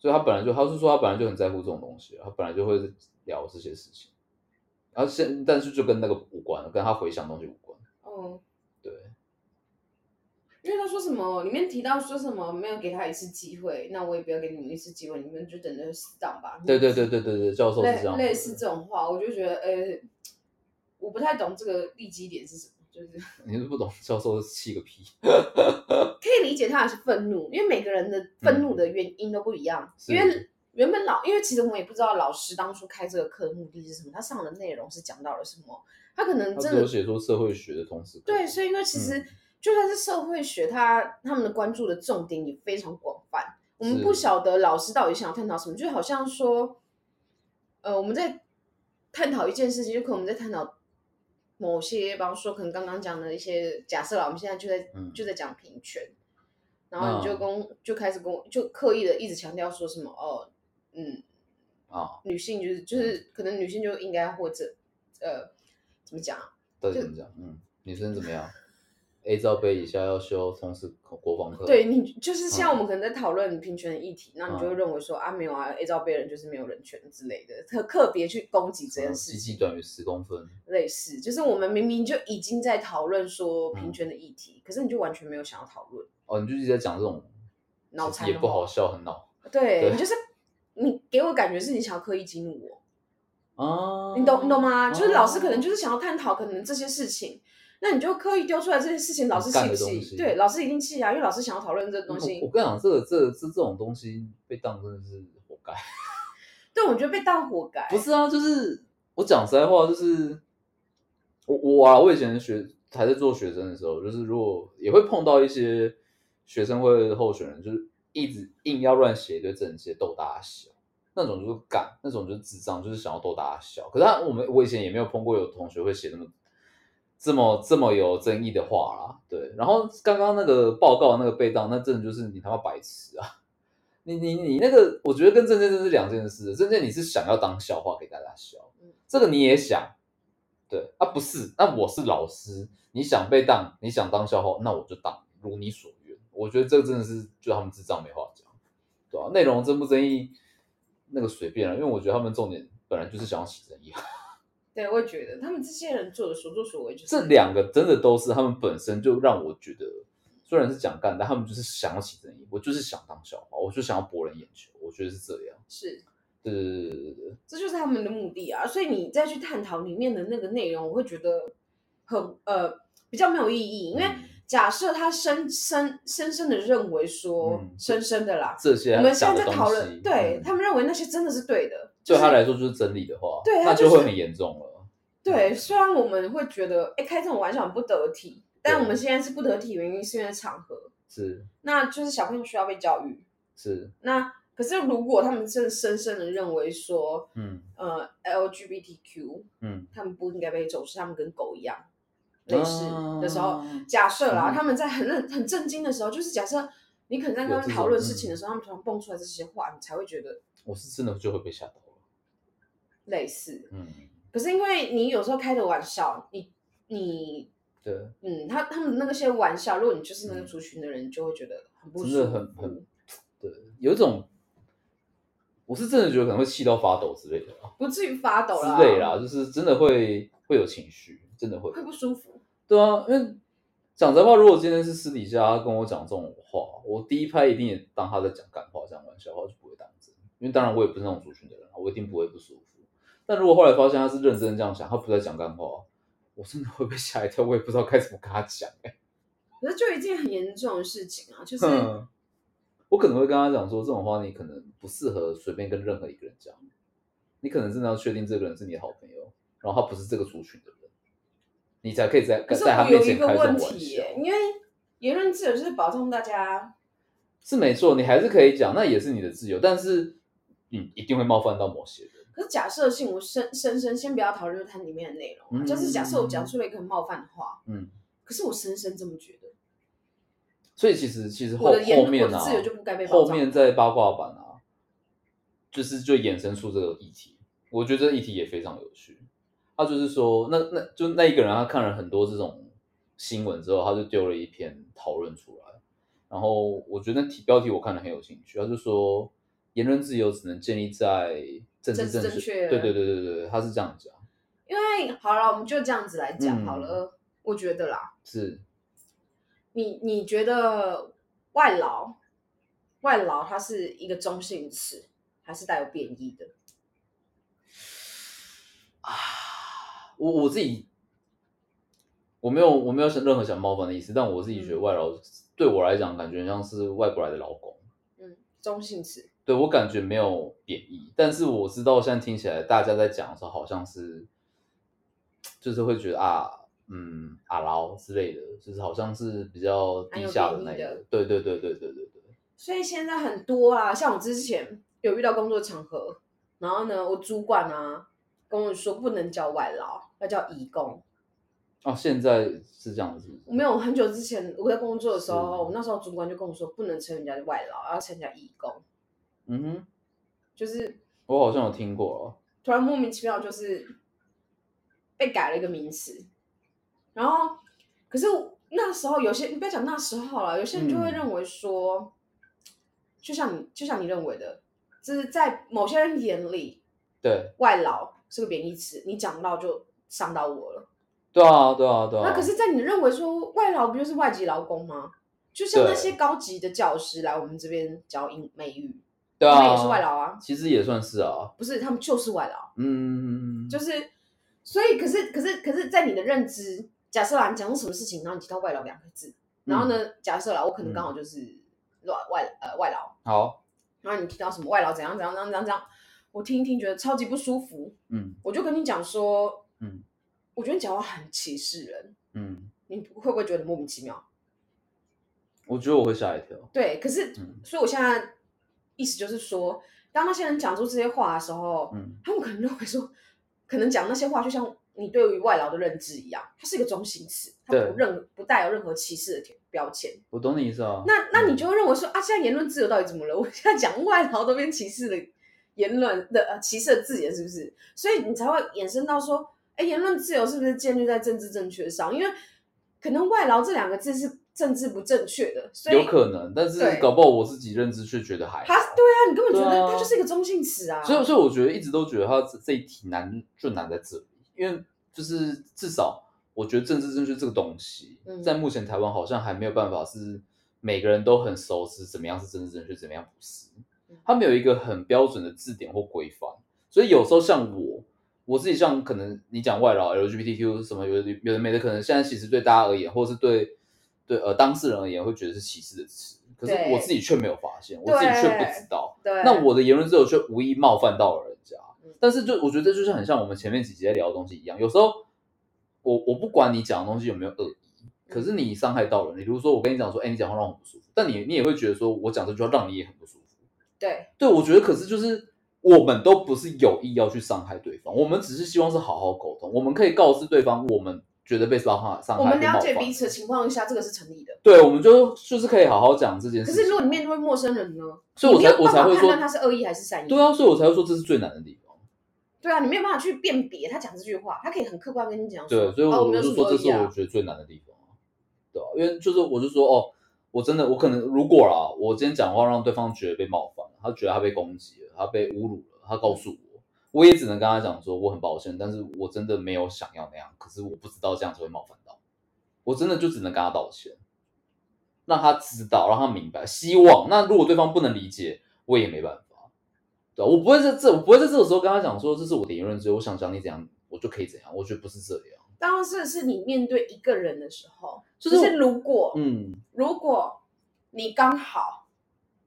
S2: 所以她本来就她是说她本来就很在乎这种东西，啊她本来就会聊这些事情，然后现但是就跟那个无关了，跟她回想的东西无关，
S1: 哦，
S2: 对。
S1: 因为他说什么，里面提到说什么没有给他一次机会，那我也不要给你们一次机会，你们就等着死党吧。
S2: 对对对对对对，教授是这
S1: 类
S2: 样子的
S1: 类似这种话，我就觉得呃，我不太懂这个利基点是什么，就是
S2: 你是不懂，教授气个屁。
S1: 可以理解他也是愤怒，因为每个人的愤怒的原因都不一样。
S2: 是
S1: 因为原本老，因为其实我们也不知道老师当初开这个课的目的是什么，他上的内容是讲到了什么，他可能
S2: 他
S1: 真
S2: 只有
S1: 的
S2: 写出社会学的同时，
S1: 对，所以呢，其实
S2: 嗯
S1: 就算是社会学，他他们的关注的重点也非常广泛。我们
S2: 是
S1: 不晓得老师到底想要探讨什么，就好像说，呃，我们在探讨一件事情，就可能我们在探讨某些，比方说可能刚刚讲的一些假设啦，我们现在就在、
S2: 嗯
S1: 就在讲平权，然后你就
S2: 嗯
S1: 跟、就开始跟我就刻意的一直强调说什么哦，嗯，
S2: 啊，
S1: 女性就是就是可能女性就应该或者呃怎么讲啊
S2: 到底怎么讲？嗯，女生怎么样？A 罩杯以下要修同时国防课，
S1: 对你就是现在
S2: 嗯
S1: 我们可能在讨论平权议题，那、你就会
S2: 嗯
S1: 认为说啊没有啊，A 罩杯人就是没有人权之类的，特特别去攻击这
S2: 什么
S1: 件事
S2: 鸡
S1: 情。
S2: 鸡嗯短于十公分，
S1: 类似就是我们明明就已经在讨论说平
S2: 嗯
S1: 权的议题，可是你就完全没有想要讨论，
S2: 哦，你就一直在讲这种
S1: 脑残
S2: 也
S1: 的
S2: 不
S1: 话
S2: 好笑，很脑
S1: 对
S2: 对
S1: 你就是你给我感觉是你想要刻意激怒我，
S2: 啊，
S1: 你懂你懂吗？就是老师可能
S2: 哦
S1: 就是想要探讨可能这些事情。那你就刻意丢出来这些事情，老师
S2: 很
S1: 气
S2: 嗯干
S1: 不
S2: 的东
S1: 气？
S2: 西嗯
S1: 对，老师一定气啊，因为老师想要讨论这个东西。
S2: 我我跟你讲，这个这个这这种东西被当真的是活该。
S1: 对，我觉得被当活该。
S2: 不是啊，就是我讲实在话，就是我我啊，我以前学还在做学生的时候，就是如果也会碰到一些学生会的候选人就是一直硬要乱写一堆政见逗大家笑，那种就是干，那种就是智障，就是想要逗大家笑。可是他我们我以前也没有碰过有同学会写那么这么这么有争议的话啦。对，然后刚刚那个报告那个被当，那真的就是你他妈白痴啊！你你你那个，我觉得跟证件真是两件事。证件你是想要当笑话给大家笑
S1: 嗯，
S2: 这个你也想，对啊，不是？那我是老师，你想被当，你想当笑话，那我就当，如你所愿。我觉得这真的是就他们智障没话讲，对吧、啊内容争不争议，那个随便了，因为我觉得他们重点本来就是想要写争议。
S1: 对，我也觉得他们这些人做的所作所为就是
S2: 这两个真的都是他们本身就让我觉得，虽然是讲干，但他们就是想要起争议，我就是想当笑话，我就想要博人眼球，我觉得是这样。
S1: 是，
S2: 对对对对对对。
S1: 这就是他们的目的啊。所以你再去探讨里面的那个内容，我会觉得很呃比较没有意义，因为
S2: 嗯
S1: 假设他深深深深的认为说，
S2: 嗯
S1: 深深的啦，
S2: 这些
S1: 我们
S2: 讲
S1: 现在在
S2: 的东西
S1: 讨论，对、
S2: 嗯
S1: 他们认为那些真的是对的，就
S2: 对
S1: 是
S2: 他来说就是真理的话，
S1: 对他
S2: 那
S1: 就
S2: 就是会很严重了。
S1: 对，虽然我们会觉得，哎，开这种玩笑很不得体，但
S2: 对
S1: 我们现在是不得体，原因是因为场合，
S2: 是
S1: 那就是小朋友需要被教育。
S2: 是，
S1: 那可是如果他们真的深深的认为说，
S2: 嗯
S1: 呃，LGBTQ
S2: 嗯，
S1: 他们不应该被重视，他们跟狗一样，类似的时候，
S2: 啊
S1: 假设啦，
S2: 嗯
S1: 他们在很认很震惊的时候，就是假设你可能在跟他
S2: 有这
S1: 们
S2: 种嗯
S1: 讨论事情的时候，他们突然蹦出来这些话，你才会觉得
S2: 我是真的就会被吓到了。
S1: 类似。
S2: 嗯，
S1: 可是因为你有时候开的玩笑，你你
S2: 对，
S1: 嗯，他他们那个些玩笑，如果你就是那个
S2: 嗯
S1: 族群的人，你就会觉得很不舒
S2: 真
S1: 服。
S2: 的很很对，有一种我是真的觉得可能会气到发抖之类的啦
S1: 不至于发抖啊啦，
S2: 之类啦，就是真的会会有情绪，真的会。
S1: 会不舒服。
S2: 对啊，因为讲真话，如果今天是私底下他跟我讲这种话，我第一拍一定也当他在讲干话、讲玩笑话，就不会当真。因为当然我也不是那种族群的人啊，我一定不会不舒服。但如果后来发现他是认真这样想，他不在讲干话，我真的会被吓一跳，我也不知道该怎么跟他讲、欸。
S1: 可是就一件很严重的事情啊，就是
S2: 嗯， 我可能会跟他讲说，这种话你可能不适合随便跟任何一个人讲，你可能真的要确定这个人是你的好朋友，然后他不是这个族群的人，你才可以在
S1: 可是
S2: 在他
S1: 我
S2: 面
S1: 有一
S2: 前
S1: 个
S2: 开这种
S1: 问
S2: 玩
S1: 题欸
S2: 笑。
S1: 耶，因为言论自由就是保障大家，
S2: 是没错，你还是可以讲，那也是你的自由，但是你一定会冒犯到某些人。
S1: 可是假设性，我深深深先不要讨论它里面的内容啊、
S2: 嗯
S1: 就是假设我讲出了一个很冒犯的话，
S2: 嗯，
S1: 可是我深深这么觉得，
S2: 所以其实其实后
S1: 我的言
S2: 后
S1: 论、
S2: 面
S1: 我
S2: 啊
S1: 的，自由就不该被保
S2: 后
S1: 障。
S2: 面在八卦版啊，就是就衍生出这个议题，我觉得这议题也非常有趣。他就是说，那那就那一个人，他看了很多这种新闻之后，他就丢了一篇讨论出来，然后我觉得那题标题我看了很有兴趣，他就说言论自由只能建立在政治
S1: 政治
S2: 正
S1: 正确
S2: 对对对对对，他是这样讲，
S1: 因为好了，我们就这样子来讲
S2: 嗯
S1: 好了。我觉得啦，
S2: 是
S1: 你你觉得外劳，外劳它是一个中性词，还是带有贬义的？
S2: 啊，我我自己我没有我没有想任何想冒犯的意思，但我自己觉得外劳、对我来讲感觉像是外国来的劳工，
S1: 嗯，中性词。
S2: 对我感觉没有贬义，但是我知道现在听起来大家在讲的时候好像是，就是会觉得啊。嗯，阿劳之类的，就是好像是比较低下的那一
S1: 蛮有贬义
S2: 个
S1: 的，
S2: 对对对对对对对，
S1: 所以现在很多啊，像我之前有遇到工作场合，然后呢，我主管啊跟我说不能叫外劳，要叫义工。
S2: 哦，现在是这样子，
S1: 我没有很久之前我在工作的时候，
S2: 是
S1: 我那时候主管就跟我说不能称人家外劳，要称人家义工。
S2: 嗯哼，
S1: 就是
S2: 我好像有听过哦，
S1: 突然莫名其妙就是被改了一个名词，然后可是那时候有些你不要讲那时候了，有些人就会
S2: 嗯
S1: 认为说，就像你就像你认为的，就是在某些人眼里，
S2: 对
S1: 外劳是个贬义词，你讲到就伤到我了。
S2: 对啊对啊对啊，
S1: 那可是，在你认为说外劳不就是外籍劳工吗？就像那些高级的教师来我们这边教英美语，
S2: 对
S1: 他
S2: 啊，
S1: 们也是外劳啊，
S2: 其实也算是啊，
S1: 不是他们就是外劳，
S2: 嗯，
S1: 就是所以可是可是可是在你的认知，假设啦，你讲到什么事情，然后你提到外劳两个字，然后呢，
S2: 嗯
S1: 假设啦，我可能刚好就是外外呃外劳，
S2: 好，
S1: 然后你提到什么外劳怎样怎样怎样怎样怎样，我听一听觉得超级不舒服，
S2: 嗯
S1: 我就跟你讲说，
S2: 嗯，
S1: 我觉得你讲话很歧视人。
S2: 嗯，
S1: 你会不会觉得莫名其妙？
S2: 我觉得我会吓一跳。
S1: 对，可是、
S2: 嗯
S1: 所以我现在意思就是说，当那些人讲出这些话的时候，
S2: 嗯，
S1: 他们可能认为说，可能讲那些话就像你对于外劳的认知一样，它是一个中性词，它
S2: 对
S1: 不任不带有任何歧视的标签。
S2: 我懂你意思啊。
S1: 那那你
S2: 嗯
S1: 就会认为说啊，现在言论自由到底怎么了？ 我现在讲外劳都变歧视的言论的呃歧视的字眼是不是？所以你才会衍生到说，哎，言论自由是不是建立在政治正确上？因为可能外劳这两个字是政治不正确的，所以
S2: 嗯有可能，但是
S1: 对
S2: 搞不好我自己认知却觉得还好
S1: 他。对啊，你根本觉
S2: 对啊
S1: 得它就是一个中性词啊。
S2: 所以，所以我觉得一直都觉得他这这一题难就难在这里，因为就是至少我觉得政治正确这个东西，
S1: 嗯
S2: 在目前台湾好像还没有办法是每个人都很熟知怎么样是政治正确，怎么样不是
S1: 嗯，
S2: 它没有一个很标准的字典或规范，所以有时候像我。我自己像可能你讲外劳 LGBTQ 什么有的有的没的，可能现在其实对大家而言，或是对对呃当事人而言，会觉得是歧视的词，可是
S1: 对
S2: 我自己却没有发现，我自己却不知道。
S1: 对，
S2: 那我的言论自由却无意冒犯到了人家
S1: 嗯。
S2: 但是就我觉得这就是很像我们前面几集在聊的东西一样，有时候我我不管你讲的东西有没有恶意，可是你伤害到了，你比如说我跟你讲说，哎、你讲话让我很不舒服，但你你也会觉得说我讲这句话让你也很不舒服。
S1: 对
S2: 对，我觉得可是就是我们都不是有意要去伤害对方，我们只是希望是好好沟通，我们可以告知对方我们觉得被伤害伤害，
S1: 我们
S2: 被冒
S1: 了解
S2: 犯
S1: 彼此的情况下，这个是成立的。
S2: 对，我们就就是可以好好讲这件
S1: 可
S2: 事情。
S1: 是如果你面对陌生人呢？
S2: 所以我
S1: 你没
S2: 才
S1: 有
S2: 我才
S1: 办
S2: 会
S1: 法判
S2: 说
S1: 断他是恶意还是善意。
S2: 对啊，所以我才会说这是最难的地方。
S1: 对啊，你没有办法去辨别他讲这句话，他可以很客观跟你讲说，
S2: 对，所以
S1: 哦，
S2: 我
S1: 没
S2: 我
S1: 有
S2: 就
S1: 什
S2: 说
S1: 么恶
S2: 这是
S1: 意
S2: 我
S1: 啊。
S2: 觉得最难的地方啊，对啊，因为就是我就说哦，我真的我可能如果啦，我今天讲话让对方觉得被冒犯了，他觉得他被攻击了，他被侮辱了，他告诉我，我也只能跟他讲说我很抱歉，但是我真的没有想要那样，可是我不知道这样子会冒犯到，我真的就只能跟他道歉，让他知道，让他明白，希望那如果对方不能理解，我也没办法。对啊，我不会在这，我不会在这个时候跟他讲说这是我的言论自由，我想讲你怎样，我就可以怎样。我觉得不是这样。
S1: 当然是是你面对一个人的时候，
S2: 就
S1: 就是是如果、
S2: 嗯，
S1: 如果你刚好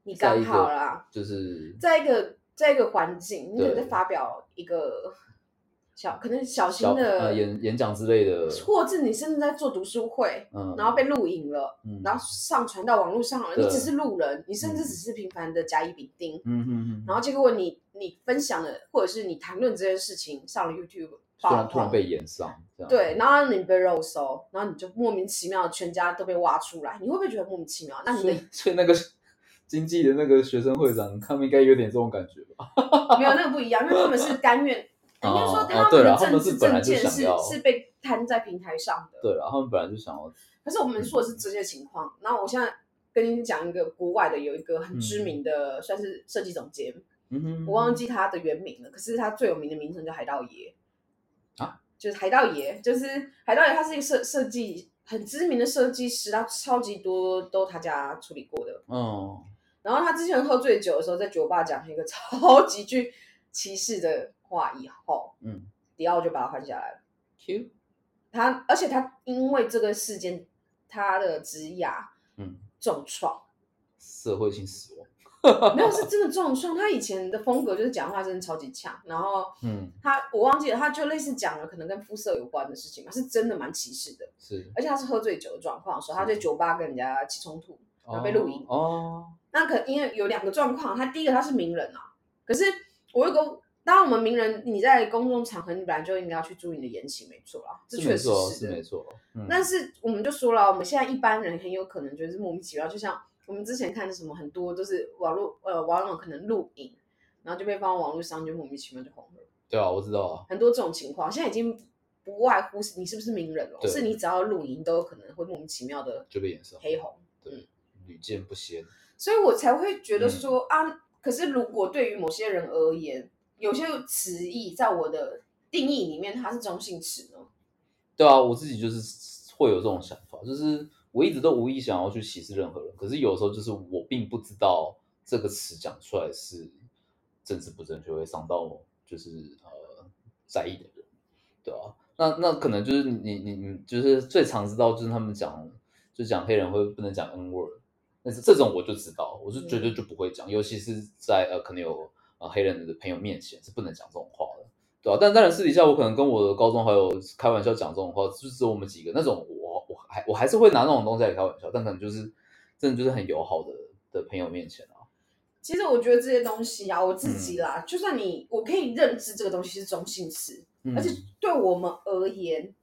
S1: 你
S2: 在一
S1: 刚
S2: 个
S1: 好啦，
S2: 就是
S1: 在一个在一个环境，你可能
S2: 对
S1: 在发表一个小可能小
S2: 小
S1: 型的
S2: 呃演演讲之类的，
S1: 或者你甚至在做读书会，
S2: 嗯，
S1: 然后被录影了，
S2: 嗯，
S1: 然后上传到网络上了，
S2: 对
S1: 你只是路人，你甚至只是平凡的甲乙丙丁，
S2: 嗯嗯嗯，
S1: 然后结果你你分享了或者是你谈论这件事情上了 YouTube，
S2: 突
S1: 爆
S2: 然突然
S1: 红，
S2: 被延上，这样
S1: 对，然后你被肉搜，然后你就莫名其妙全家都被挖出来，你会不会觉得莫名其妙？那你
S2: 所以
S1: 的
S2: 所以那个 经济的那个学生会长，他们应该有点这种感觉吧？
S1: 没有那个不一样，因为他们是甘 愿，
S2: 哦
S1: 应该说
S2: 哦对了
S1: 的
S2: 他们
S1: 政
S2: 是
S1: 治
S2: 本来
S1: 政见
S2: 就想
S1: 是
S2: 要
S1: 是被摊在平台上的，
S2: 对了，他们本来就想要，
S1: 可是我们说的是这些情况，然后我现在跟你讲一个国外的，有一个很知名的，算是设计总监，
S2: 嗯哼，
S1: 我忘记他的原名了，可是他最有名的名称叫海盗爷
S2: 啊，
S1: 就是海盗爷，就是海盗爷，他是一个设设计很知名的设计师，他超级多都他家处理过的。
S2: 嗯，
S1: 然后他之前喝醉酒的时候，在酒吧讲了一个 超级具歧视的话，以后，
S2: 嗯，
S1: 迪奥就把他换下来了。
S2: ，Q，
S1: 他而且他因为这个事件，他的职涯
S2: 嗯，
S1: 重创，
S2: 社会性死亡，
S1: 没有是真的重创。他以前的风格就是讲话真的超级呛，然后
S2: 嗯，
S1: 他我忘记了，他就类似讲了可能跟肤色有关的事情嘛，是真的蛮歧视的。
S2: 是
S1: 而且他是喝醉酒的状况，所以他
S2: 嗯
S1: 在酒吧跟人家起冲突。然后被录影
S2: 哦，
S1: 那可因为有两个状况，他第一个他是名人啊，可是我有个，当然我们名人你在公众场合，你本来就应该要去注意你的言行，没错啦，这
S2: 是没
S1: 确实
S2: 错，
S1: 是
S2: 是
S1: 的。
S2: 没错，嗯
S1: 但是我们就说了，我们现在一般人很有可能就是莫名其妙，就像我们之前看的什么很多都是网络呃网友可能录影，然后就被放到网络上，就莫名其妙就红了，
S2: 对啊，我知道啊，
S1: 很多这种情况，现在已经不外乎是你是不是名人了，
S2: 对
S1: 是你只要录影都有可能会莫名其妙的
S2: 就被延上，
S1: 黑红，
S2: 屡见不鲜，
S1: 所以我才会觉得
S2: 嗯
S1: 说、啊，可是如果对于某些人而言，有些词义在我的定义里面它是中性词呢，
S2: 对啊，我自己就是会有这种想法，就是我一直都无意想要去歧视任何人，可是有时候就是我并不知道这个词讲出来是政治不正确，会伤到就是呃在意的人，对啊，那那可能就是你你你就是最常知道就是他们讲就讲黑人会不能讲 N word，但是这种我就知道，我是绝
S1: 嗯
S2: 对就不会讲，尤其是在呃可能有呃黑人的朋友面前是不能讲这种话的。对啊，但当然私底下我可能跟我的高中好友开玩笑讲这种话，就只有我们几个那种我我还我还是会拿那种东西来开玩笑，但可能就是真的就是很友好的的朋友面前啊。
S1: 其实我觉得这些东西啊，我
S2: 嗯
S1: 自己啦，就算你我可以认知这个东西是中性词，
S2: 嗯
S1: 而且对我们而言，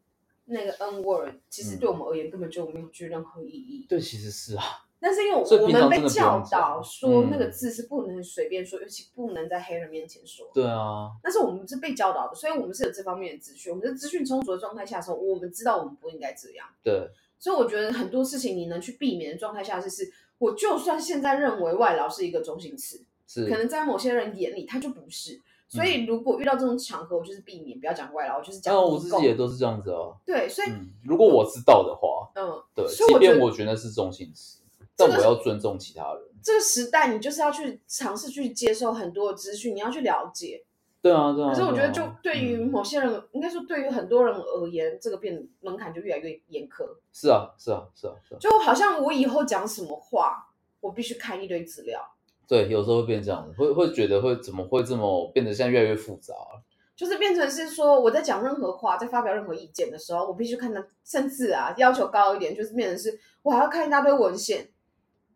S1: 那个 N word 其实
S2: 嗯
S1: 对我们而言根本就没有具任何意义。
S2: 对，其实是啊，
S1: 但是因为
S2: 所以
S1: 我
S2: 平
S1: 们
S2: 常
S1: 被
S2: 真的不用
S1: 教导
S2: 讲
S1: 说
S2: 嗯
S1: 那个字是不能随便说，尤其不能在黑人面前说。
S2: 对啊，
S1: 但是我们是被教导的，所以我们是有这方面的资讯。我们在资讯充足的状态下的时候，我们知道我们不应该这样。
S2: 对，
S1: 所以我觉得很多事情你能去避免的状态下，就是我就算现在认为外劳是一个中性词，
S2: 是，
S1: 可能在某些人眼里他就不是。所以如果遇到这种场合，我就是避免不要讲外劳，我就是讲
S2: 啊，我
S1: 移
S2: 自
S1: 工
S2: 己也都是这样子啊。
S1: 对，所以
S2: 嗯，如果我知道的话，
S1: 嗯
S2: 对，
S1: 所以
S2: 即
S1: 我觉
S2: 便
S1: 得
S2: 我觉得是中性词，但我要尊重其他人。
S1: 这个时代你就是要去尝试去接受很多的资讯，你要去了解。
S2: 对啊，对啊。
S1: 可是我觉得，
S2: 对
S1: 就
S2: 啊
S1: 对于
S2: 嗯
S1: 某些人，应该说对于很多人而言，这个变门槛就越来越严苛。
S2: 是啊，是啊，是啊，是啊，
S1: 就好像我以后讲什么话，我必须看一堆资料，
S2: 对，有时候会变这样子，会会觉得会怎么会这么变得现在越来越复杂啊
S1: 就是变成是说我在讲任何话，在发表任何意见的时候，我必须看到，甚至啊要求高一点，就是变成是我还要看一大堆文献。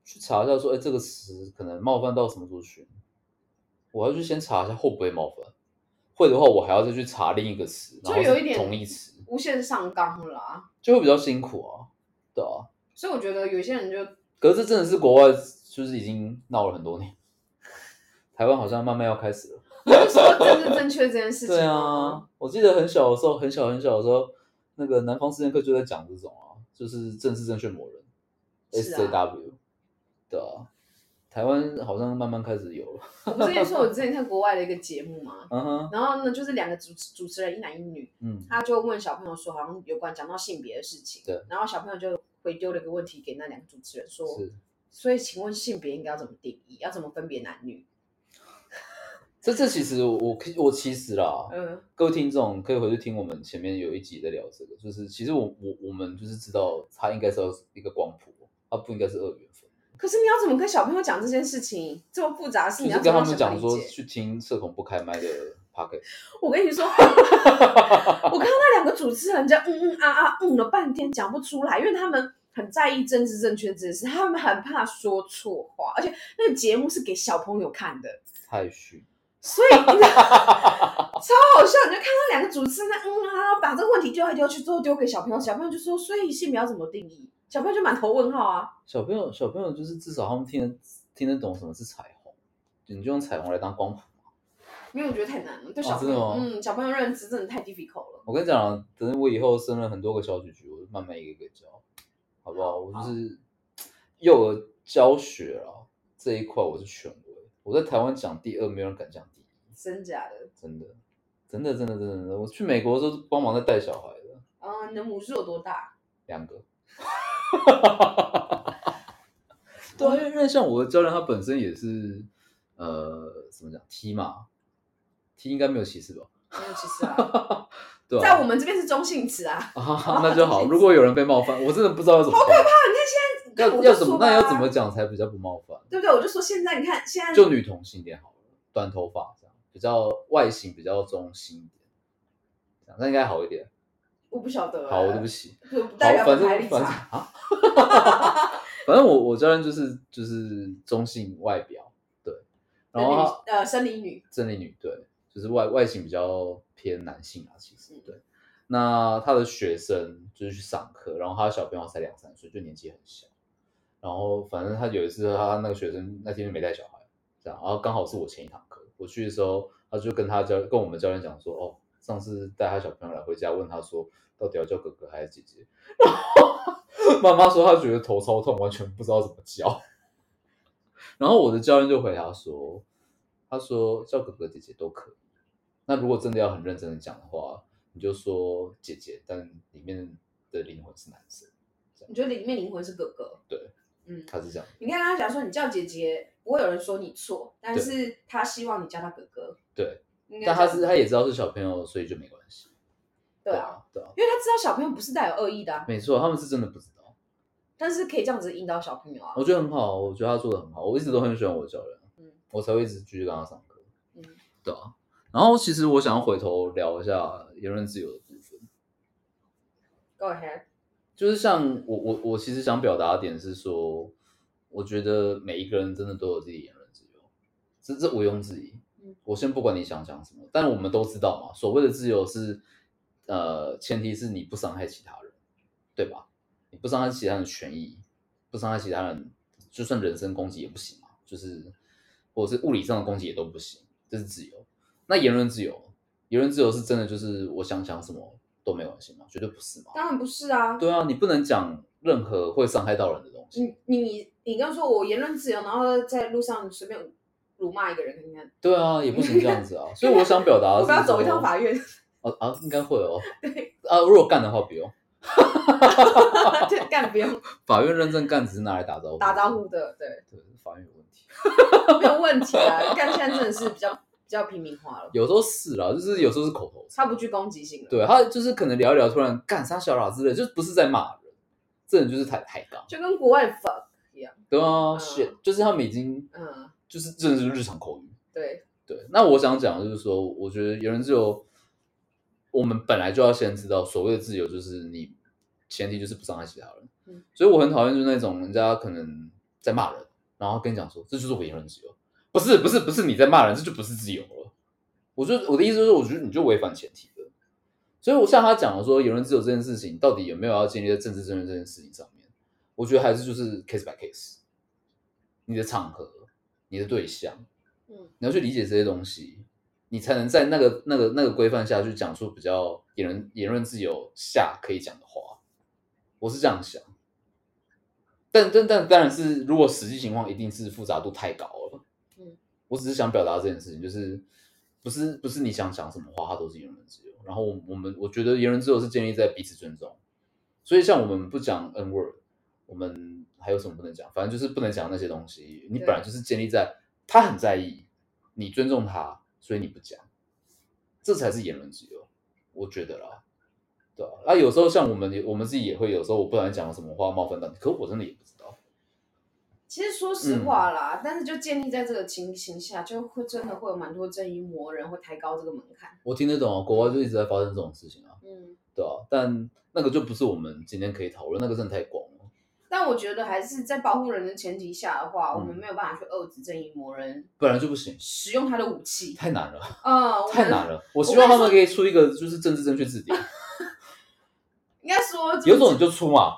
S2: 去查一下说，哎，这个词可能冒犯到什么族群，我要去先查一下会不会冒犯，会的话，我还要再去查另一个词，
S1: 就
S2: 然后
S1: 有
S2: 是
S1: 一点
S2: 同义词，
S1: 无限上纲了啊，
S2: 就会比较辛苦啊，对啊。
S1: 所以我觉得有些人就
S2: 可是这真的是国外，就是已经闹了很多年，台湾好像慢慢要开始了。
S1: 我就说政治正确这件事情嗯
S2: 对啊，我记得很小的时候，很小很小的时候，那个南方四剑客就在讲这种啊，就是政治正确魔人
S1: 是啊
S2: ，SJW，对啊，台湾好像慢慢开始有了，
S1: 我不是跟你说我之前看国外的一个节目嘛，
S2: 嗯哼，
S1: 然后呢就是两个主持主持人一男一女，
S2: 嗯，
S1: 他就问小朋友说好像有关讲到性别的事情，
S2: 对，
S1: 然后小朋友就回丢了一个问题给那两个主持人说，
S2: 是，
S1: 所以，请问性别应该要怎么定义？要怎么分别男女？
S2: 这这其实我我其实啦，
S1: 嗯，
S2: 各位听众可以回去听我们前面有一集在聊这个，就是其实我我我们就是知道它应该是要一个光谱，它不应该是二元分。
S1: 可是你要怎么跟小朋友讲这件事情？这么复杂的事，
S2: 就
S1: 你
S2: 是
S1: 要怎
S2: 跟
S1: 么
S2: 他
S1: 让
S2: 们
S1: 小朋
S2: 讲
S1: 友
S2: 说
S1: 理解？
S2: 去听社恐不开麦的 pocket，
S1: 我跟你说，我看到那两个主持人在嗯嗯啊啊嗯了半天，讲不出来，因为他们很在意政治正确这件事，他们很怕说错话，而且那个节目是给小朋友看的，
S2: 太虚。
S1: 所以你知道 超好笑。你就看到两个主持人在嗯啊，把这个问题丢来丢去，最后丢给小朋友，小朋友就说：所以性别要怎么定义？小朋友就满头问号啊。
S2: 小朋友，小朋友就是至少他们听得听得懂什么是彩虹，你就用彩虹来当光谱。
S1: 因为我觉得太难了，对
S2: 哦
S1: 小朋友，
S2: 真的吗
S1: 嗯，小朋友认知真的太 difficult 了。
S2: 我跟你讲啊，等我以后生了很多个小举举，我就慢慢一个一个教，好不好？我就是幼儿教学啊这一块我是权威，我在台湾讲第二，没有人敢讲第一，
S1: 真假的？
S2: 真的，真的，真的，真的，真的。我去美国的时候是帮忙在带小孩的，
S1: 嗯，你的母数有多大？
S2: 两个。对啊，因为因为像我的教练，他本身也是呃，怎么讲 T 嘛，T 应该没有歧视吧？
S1: 没有，其实啊，
S2: 对
S1: 在
S2: 啊，
S1: 我们这边是中性词啊。
S2: 啊那就好。如果有人被冒犯，我真的不知道要怎么办。
S1: 啊你看现在，
S2: 要
S1: 我就
S2: 要怎么
S1: 说吧
S2: 那要怎么？讲才比较不冒犯？
S1: 对不对？我就说现在，你看现在
S2: 就女同性恋好了，短头发这样，比较外形比较中性一点，这样那应该好一点。
S1: 我不晓得、
S2: 好，我对不，起。
S1: 就不
S2: 好
S1: 代，表本
S2: 反正
S1: 台立
S2: 反正
S1: 场。
S2: 啊，反正我我教练就是就是中性外表，对，然后他
S1: 女呃，生理女，
S2: 真理女对，就是外外形比较偏男性啊，其实
S1: 嗯
S2: 对。那他的学生就是去上课，然后他的小朋友才两三岁，就年纪很小。然后反正他有一次，他那个学生那天就没带小孩，这样，然后刚好是我前一堂课，我去的时候，他就跟他教跟我们教练讲说，哦，上次带他小朋友来回家，问他说到底要叫哥哥还是姐姐，然后妈妈说她觉得头超痛，完全不知道怎么叫。然后我的教练就回答说，他说叫哥哥姐姐都可以。那如果真的要很认真的讲的话，你就说姐姐，但里面的灵魂是男生，
S1: 你觉得里面灵魂是哥哥？
S2: 对，
S1: 嗯，
S2: 他是这样。
S1: 你看他讲说你叫姐姐，不会有人说你错，但
S2: 对
S1: 是他希望你叫他哥哥。
S2: 对，
S1: 应该
S2: 但他
S1: 这样
S2: 是他也知道是小朋友，所以就没关系。
S1: 对啊，，
S2: 对啊，
S1: 因为他知道小朋友不是带有恶意的、啊，
S2: 没错，他们是真的不知道。
S1: 但是可以这样子引导小朋友啊。
S2: 我觉得很好，我觉得他做的很好，我一直都很喜欢我的教练，
S1: 嗯
S2: 我才会一直继续跟他上课。
S1: 嗯。
S2: 对啊，然后其实我想要回头聊一下言论自由的部分，
S1: Go ahead。
S2: 就是像我我我其实想表达的点是说，我觉得每一个人真的都有自己言论自由，这这毋庸置疑
S1: 嗯。
S2: 我先不管你想讲什么，但我们都知道嘛，所谓的自由是，呃，前提是你不伤害其他人，对吧？你不伤害其他人的权益，不伤害其他人，就算人身攻击也不行嘛，就是或者是物理上的攻击也都不行，这是自由。那言论自由，言论自由是真的就是我想讲什么都没关系吗？绝对不是嘛。
S1: 当然不是啊，
S2: 对啊，你不能讲任何会伤害到人的东西。
S1: 你你你刚说我言论自由，然后在路上随便辱骂一个人，你看
S2: 对啊，也不行这样子 啊。所以我想表达，
S1: 我不要走一趟法。院，
S2: 啊啊，应该会哦。
S1: 对
S2: 啊，如果干的话不用，
S1: 对，干不 用
S2: 法院认证干只是拿来打招呼。
S1: 打招呼。的，对，
S2: 对，法院有问题。
S1: 没有问题啊。干现在真的是比较比较平民化了，
S2: 有时候是啦，就是有时候是口头禅。
S1: 他不具攻击性了，
S2: 对他就是可能聊一聊，突然干啥小啦之类，就不是在骂人，这人就是抬抬杠。
S1: 就跟国外 fuck 一样，
S2: 对啊，是就是他们已经
S1: 嗯，
S2: 就是真的是日常口语。
S1: 对，
S2: 对，那我想讲的就是说，我觉得言论自由，我们本来就要先知道，所谓的自由就是你前提就是不伤害其他人。
S1: 嗯
S2: 所以我很讨厌就是那种人家可能在骂人，然后跟你讲说这就是我言论自由，不是不是不是你在骂人，这就不是自由了。我就我的意思就是，我觉得你就违反前提了。所以我像他讲的说，言论自由这件事情到底有没有要建立在政治正确这件事情上面，我觉得还是就是 case by case，你的场合、你的对象。
S1: 嗯，
S2: 你要去理解这些东西，你才能在那个那个那个规范下去讲出比较言论言论自由下可以讲的话。我是这样想，但但但当然是，如果实际情况一定是复杂度太高了。
S1: 嗯，
S2: 我只是想表达这件事情，就是不是不是你想讲什么话，它都是言论自由。然后我我们我觉得言论自由是建立在彼此尊重，所以像我们不讲 N word，我们还有什么不能讲？反正就是不能讲那些东西。你
S1: 对
S2: 本来就是建立在他很在意，你尊重他，所以你不讲，这才是言论自由，我觉得啦。对啊，那有时候像我们也，我们自己也会有时候我不小心讲了什么话冒犯到你，可我真的也不知道。
S1: 其实说实
S2: 嗯
S1: 话啦，但是就建立在这个情形下，就会真的会有蛮多正义魔人会抬高这个门槛，
S2: 我听得懂啊，国外就一直在发生这种事情啊，
S1: 嗯。
S2: 对啊，但那个就不是我们今天可以讨论，那个真的太广了。
S1: 但我觉得还是在保护人的前提下的话，
S2: 嗯
S1: 我们没有办法去遏制正义魔人
S2: 本来就不行，
S1: 使用他的武器。
S2: 太难了，
S1: 嗯，我们
S2: 太难了。我希
S1: 我跟
S2: 望他
S1: 你说
S2: 们可以出一个就是政治正确字典，
S1: 应该说
S2: 有种你就出嘛，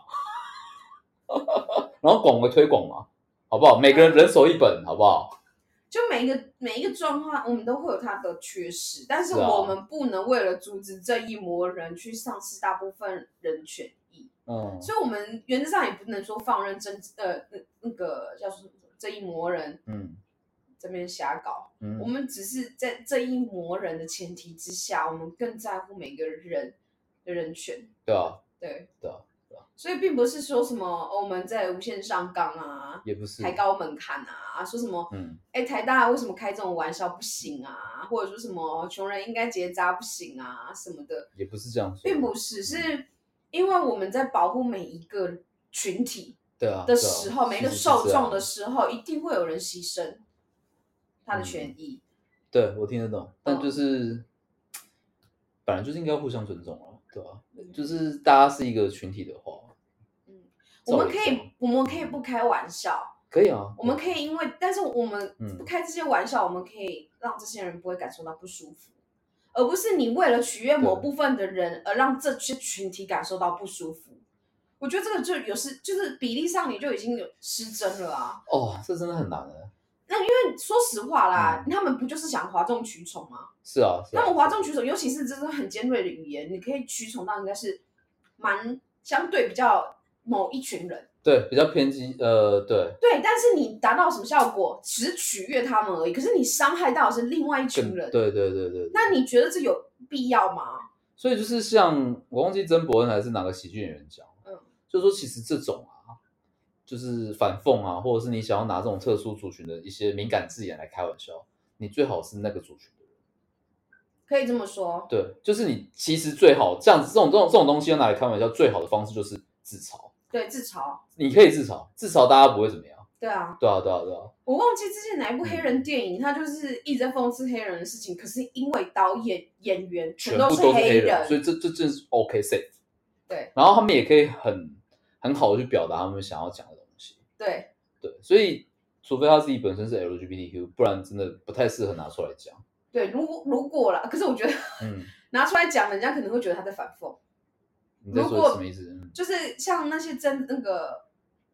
S2: 然后广为推广嘛，好不好？每个人人手一本，好不好？
S1: 就每一个每一个状况，我们都会有它的缺失，但是
S2: 是啊
S1: 我们不能为了阻止正义魔人去丧失大部分人权益，
S2: 嗯，
S1: 所以我们原则上也不能说放任正呃那那个叫什么正义魔人
S2: 嗯
S1: 这边瞎搞，我
S2: 嗯，
S1: 们只是在这一魔人的前提之下，我们更在乎每个人的人权。
S2: 对啊，
S1: 对
S2: 对啊对
S1: 所以并不是说什么、哦我们在无限上纲啊，
S2: 也不是
S1: 抬，高门槛啊，说什么
S2: 嗯，
S1: 哎台大为什么开这种玩笑不行啊，或者说什么穷人应该结扎不行啊什么的，
S2: 也不是这样说，
S1: 并不是，是因为我们在保护每一个群体
S2: 对啊
S1: 的时候，每一个受众的
S2: 时
S1: 时候，一定会有人牺牲他的
S2: 嗯
S1: 权益。
S2: 对我听得懂，但
S1: 嗯
S2: 就是、本来就是应该互相尊重啊，对吧、
S1: 嗯
S2: 就是大家是一个群体的话，
S1: 嗯我们可
S2: 照理讲
S1: 以，我们可以不开玩笑，
S2: 可以啊，
S1: 我们可以因为，但是我们
S2: 嗯
S1: 不开这些玩笑，我们可以让这些人不会感受到不舒服，而不是你为了取悦某
S2: 对
S1: 部分的人而让这些群体感受到不舒服。我觉得这个就有时就是比例上你就已经有失真了啊。
S2: 哦，这真的很难的，
S1: 但说实话啦，
S2: 嗯
S1: 他们不就是想哗众取宠吗？
S2: 是啊，是啊
S1: 那么哗众取宠，尤其是这种很尖锐的语言，你可以取宠到应该是蛮相对比较某一群人。
S2: 对比较偏激，呃，对，
S1: 对，但是你达到什么效果，只是取悦他们而已。可是你伤害到的是另外一群
S2: 更
S1: 人，
S2: 对对对对，
S1: 那你觉得这有必要吗？
S2: 所以就是像我忘记曾伯恩还是哪个喜剧演员讲，
S1: 嗯，
S2: 就说其实这种啊，就是反讽啊，或者是你想要拿这种特殊族群的一些敏感字眼来开玩笑，你最好是那个族群的人。
S1: 可以这么说，
S2: 对，就是你其实最好这样子，这种这种这种东西要拿来开玩笑，最好的方式就是自嘲。
S1: 对，自嘲，
S2: 你可以自嘲，自嘲大家不会怎么样。
S1: 对啊，
S2: 对啊，对啊，对啊，
S1: 我忘记之前哪一部黑人电影，他就是一直在讽刺黑人的事情，可是因为导演、演员
S2: 全
S1: 都
S2: 部
S1: 是
S2: 都是
S1: 黑
S2: 人，所以这这这是 OK safe。
S1: 对，
S2: 然后他们也可以很很好的去表达他们想要讲的东西。
S1: 对，
S2: 对，所以除非他自己本身是 LGBTQ，不然真的不太适合拿出来讲。
S1: 对，如果如果啦，可是我觉得
S2: 嗯，
S1: 拿出来讲，人家可能会觉得他在反讽。
S2: 你在
S1: 如
S2: 说
S1: 果
S2: 什么意思？嗯，
S1: 就是像那些真那个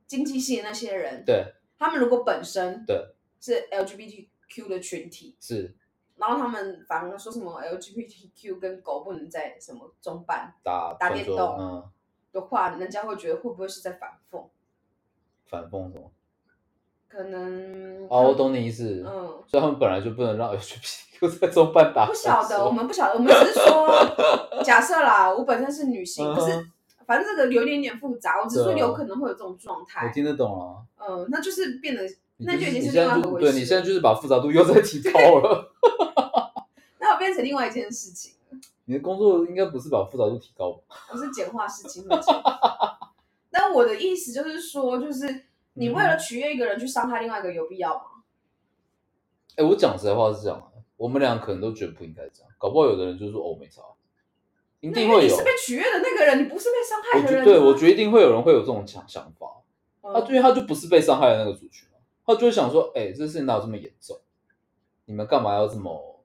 S1: 经济系的那些人，
S2: 对，
S1: 他们如果本身
S2: 对
S1: 是 LGBTQ 的群体，
S2: 是
S1: 然后他们反而说什么 LGBTQ 跟狗不能在什么中办
S2: 打
S1: 打
S2: 传
S1: 电
S2: 说
S1: 动
S2: 嗯，
S1: 的话，人家会觉得会不会是在反讽？
S2: 反讽什么？
S1: 可能
S2: 哦，我懂你意思。
S1: 嗯，
S2: 所以他们本来就不能让 LGBTQ 在中办打
S1: 不
S2: 传
S1: 晓得，
S2: 说
S1: 我们不晓得，我们只是 说假设啦，我本身是女性，
S2: 嗯
S1: 可是反正这个有一点点复杂，我只是说
S2: 对啊
S1: 有可能会有这种状
S2: 我
S1: 态，
S2: 听得懂了。
S1: 嗯，那就是变得，
S2: 你
S1: 那
S2: 就
S1: 就已经
S2: 你
S1: 是
S2: 现
S1: 另
S2: 在
S1: 外一
S2: 就
S1: 回
S2: 对
S1: 事
S2: 你现在就是把复杂度又再提高了。
S1: 那我变成另外一件事情，
S2: 你的工作应该不是把复杂度提高吧？
S1: 我是简化事情很简 化。但我的意思就是说，就是你为了取悦一个人去伤害另外一个，有必要吗？
S2: 哎，我讲实在话是这样啊，我们俩可能都觉得不应该这样，搞不好有的人就是说哦没差，一
S1: 那
S2: 定
S1: 因为
S2: 会
S1: 你
S2: 有
S1: 是。被取悦的那个人，你不是被伤
S2: 我
S1: 害的
S2: 觉
S1: 人。啊嗯
S2: 对我觉得一啊定会有人会有这种想想法，
S1: 得
S2: 他因为他就不是被伤害的那个族群啊，他就会想说，哎、这事情哪有这么严重？你们干嘛要这么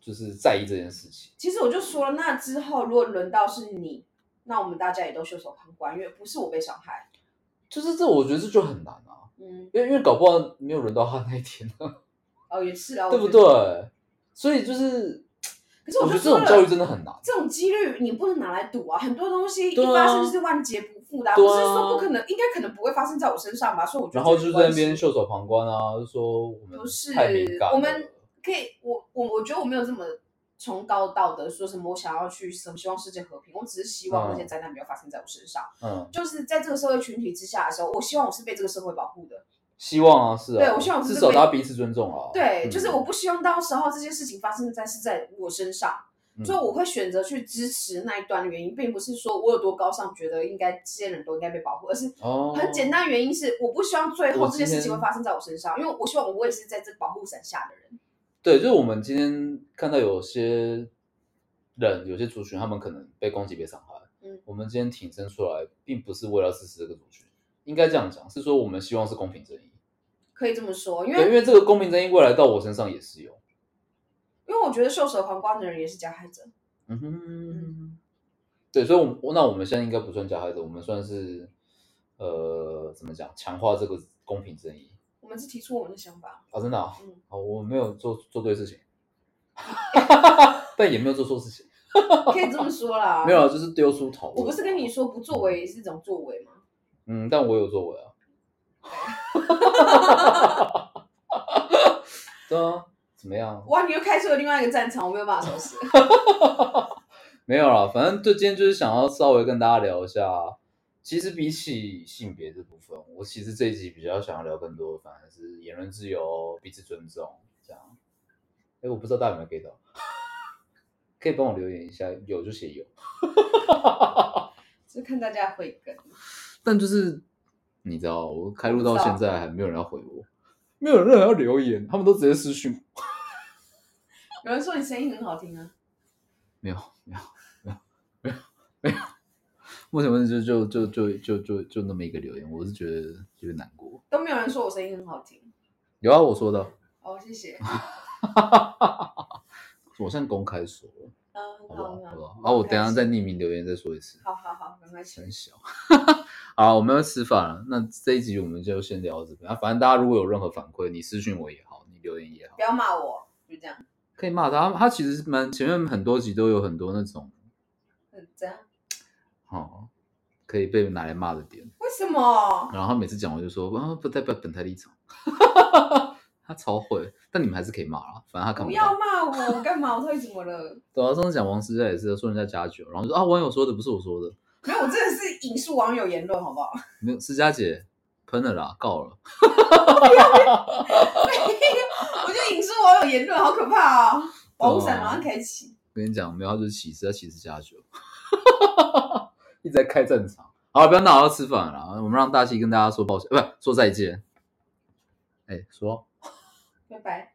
S2: 就是在意这件事情？
S1: 其实我就说了，那之后如果轮到是你，那我们大家也都袖手旁观，因为不是我被伤害。
S2: 就是这，我觉得这就很难啊，
S1: 嗯，
S2: 因为因为搞不好没有轮到他那一天啊、
S1: 哦，也是啊，
S2: 对
S1: 我
S2: 不
S1: 觉
S2: 对
S1: 得？？
S2: 所以就是，
S1: 可是
S2: 我
S1: 我就
S2: 觉得这
S1: 说
S2: 种
S1: 了，
S2: 教育真的很难。
S1: 这种几率你不能拿来赌啊，很多东西一
S2: 对
S1: 发
S2: 啊
S1: 生就是万劫不复的啊、
S2: 对啊
S1: 不是说不可能，应该可能不会发生在我身上吧？所以我觉得
S2: 然后
S1: 这
S2: 就
S1: 没
S2: 是在那
S1: 关系
S2: 边袖手旁观啊，就说我们
S1: 不是
S2: 太敏感了
S1: 我们可以，我我我觉得我没有这么崇高道德，说什么我想要去什么希望世界和平，我只是希望那些灾难不要发生在我身上。
S2: 嗯，
S1: 就是在这个社会群体之下的时候，我希望我是被这个社会保护的。
S2: 希望啊，是啊，
S1: 对我希望
S2: 至
S1: 是
S2: 少
S1: 被
S2: 大家彼此尊重啊。
S1: 对，
S2: 嗯
S1: 就是我，不希望到时候这些事情发生在是在我身上，
S2: 嗯
S1: 所以我会选择去支持那一端的原因，并不是说我有多高尚，觉得应该这些人都应该被保护，而是
S2: 哦，
S1: 很简单的原因是我不希望最后
S2: 我
S1: 这些
S2: 今
S1: 事情
S2: 天
S1: 会发生在我身上，因为我希望我也是在这保护伞下的人。
S2: 对，就是我们今天看到有些人、有些族群，他们可能被攻击、被伤害。
S1: 嗯，
S2: 我们今天挺身出来，并不是为了支持这个族群，应该这样讲，是说我们希望是公平正义。
S1: 可以这么说，因
S2: 对，
S1: 为
S2: 因为这个公平正义未来到我身上也适用。
S1: 因为我觉得袖手旁观的人也是加害者。
S2: 嗯哼，对，所以我们，我那我们现在应该不算加害者，我们算是呃，怎么讲，强化这个公平正义
S1: 我们是提出我们的想 法，
S2: 啊、真的啊、
S1: 嗯
S2: 哦我没有做做对事情， 但也没有做错事情，
S1: 可以这么说啦。
S2: 没有啊，就是丢出头。
S1: 我不是跟你说不作为是一种作为吗？
S2: 嗯，但我有作为啊。对啊，怎么样？
S1: 哇，你又开出了另外一个战场，我没有办法收拾。
S2: 没有啦，反正就今天就是想要稍微跟大家聊一下。其实比起性别这部分，我其实这一集比较想要聊更多，反而是言论自由、彼此尊重这样。哎，我不知道大家有没有 get 到，可以帮我留言一下，有就写有。
S1: 就看大家会跟。
S2: 但就是你知道，我开录
S1: 我
S2: 到
S1: 知道
S2: 现在还没有人要回我，没有人要留言，他们都直接私讯我。
S1: 有人说你声音很好听啊，
S2: 没有，没有，没有，没有，没有。目前为止就就就就就就就那么一个留言，我是觉得有点难过。
S1: 都没有人说我声音很好听。
S2: 有啊，我说的，
S1: 哦，谢谢。
S2: 我现在公开说了，
S1: 嗯，
S2: 好
S1: 好
S2: 不
S1: 好
S2: 好？好不好
S1: 好？？
S2: 啊，我等一下再。匿名留言再说一次。
S1: 好好好，没关系。
S2: 很小。 好，我们要吃饭了，那这一集我们就先聊到这边。啊，反正大家如果有任何反馈，你私信我也好，你留言也好
S1: 不，要骂我，就这样。
S2: 可以骂他。他其实蛮前面很多集都有很多那种，
S1: 嗯，这样？
S2: 哦，可以被拿来骂的点。
S1: 为什么？
S2: 然后他每次讲我就说啊，不代表本台立场， 他超会，但你们还是可以骂啦，反正他看
S1: 不
S2: 不
S1: 要
S2: 到。
S1: 骂我，我干嘛？我到底怎么了？
S2: 对啊，上次讲王思佳也是说人家假酒，然后就说啊网友说的不是我说的，
S1: 没有，我真的是引述网友言论，好不好？
S2: 没有思佳姐喷了啦，告了。
S1: 我就引述网友言论，好可怕哦！保护伞
S2: 哦
S1: 马上开启。
S2: 跟你讲，没有，他就是歧视，他歧视假酒， 一直在开战场。好，不要闹，要吃饭了啦。我们让大西跟大家说抱歉，呃不说再见。哎，说。
S1: 拜拜。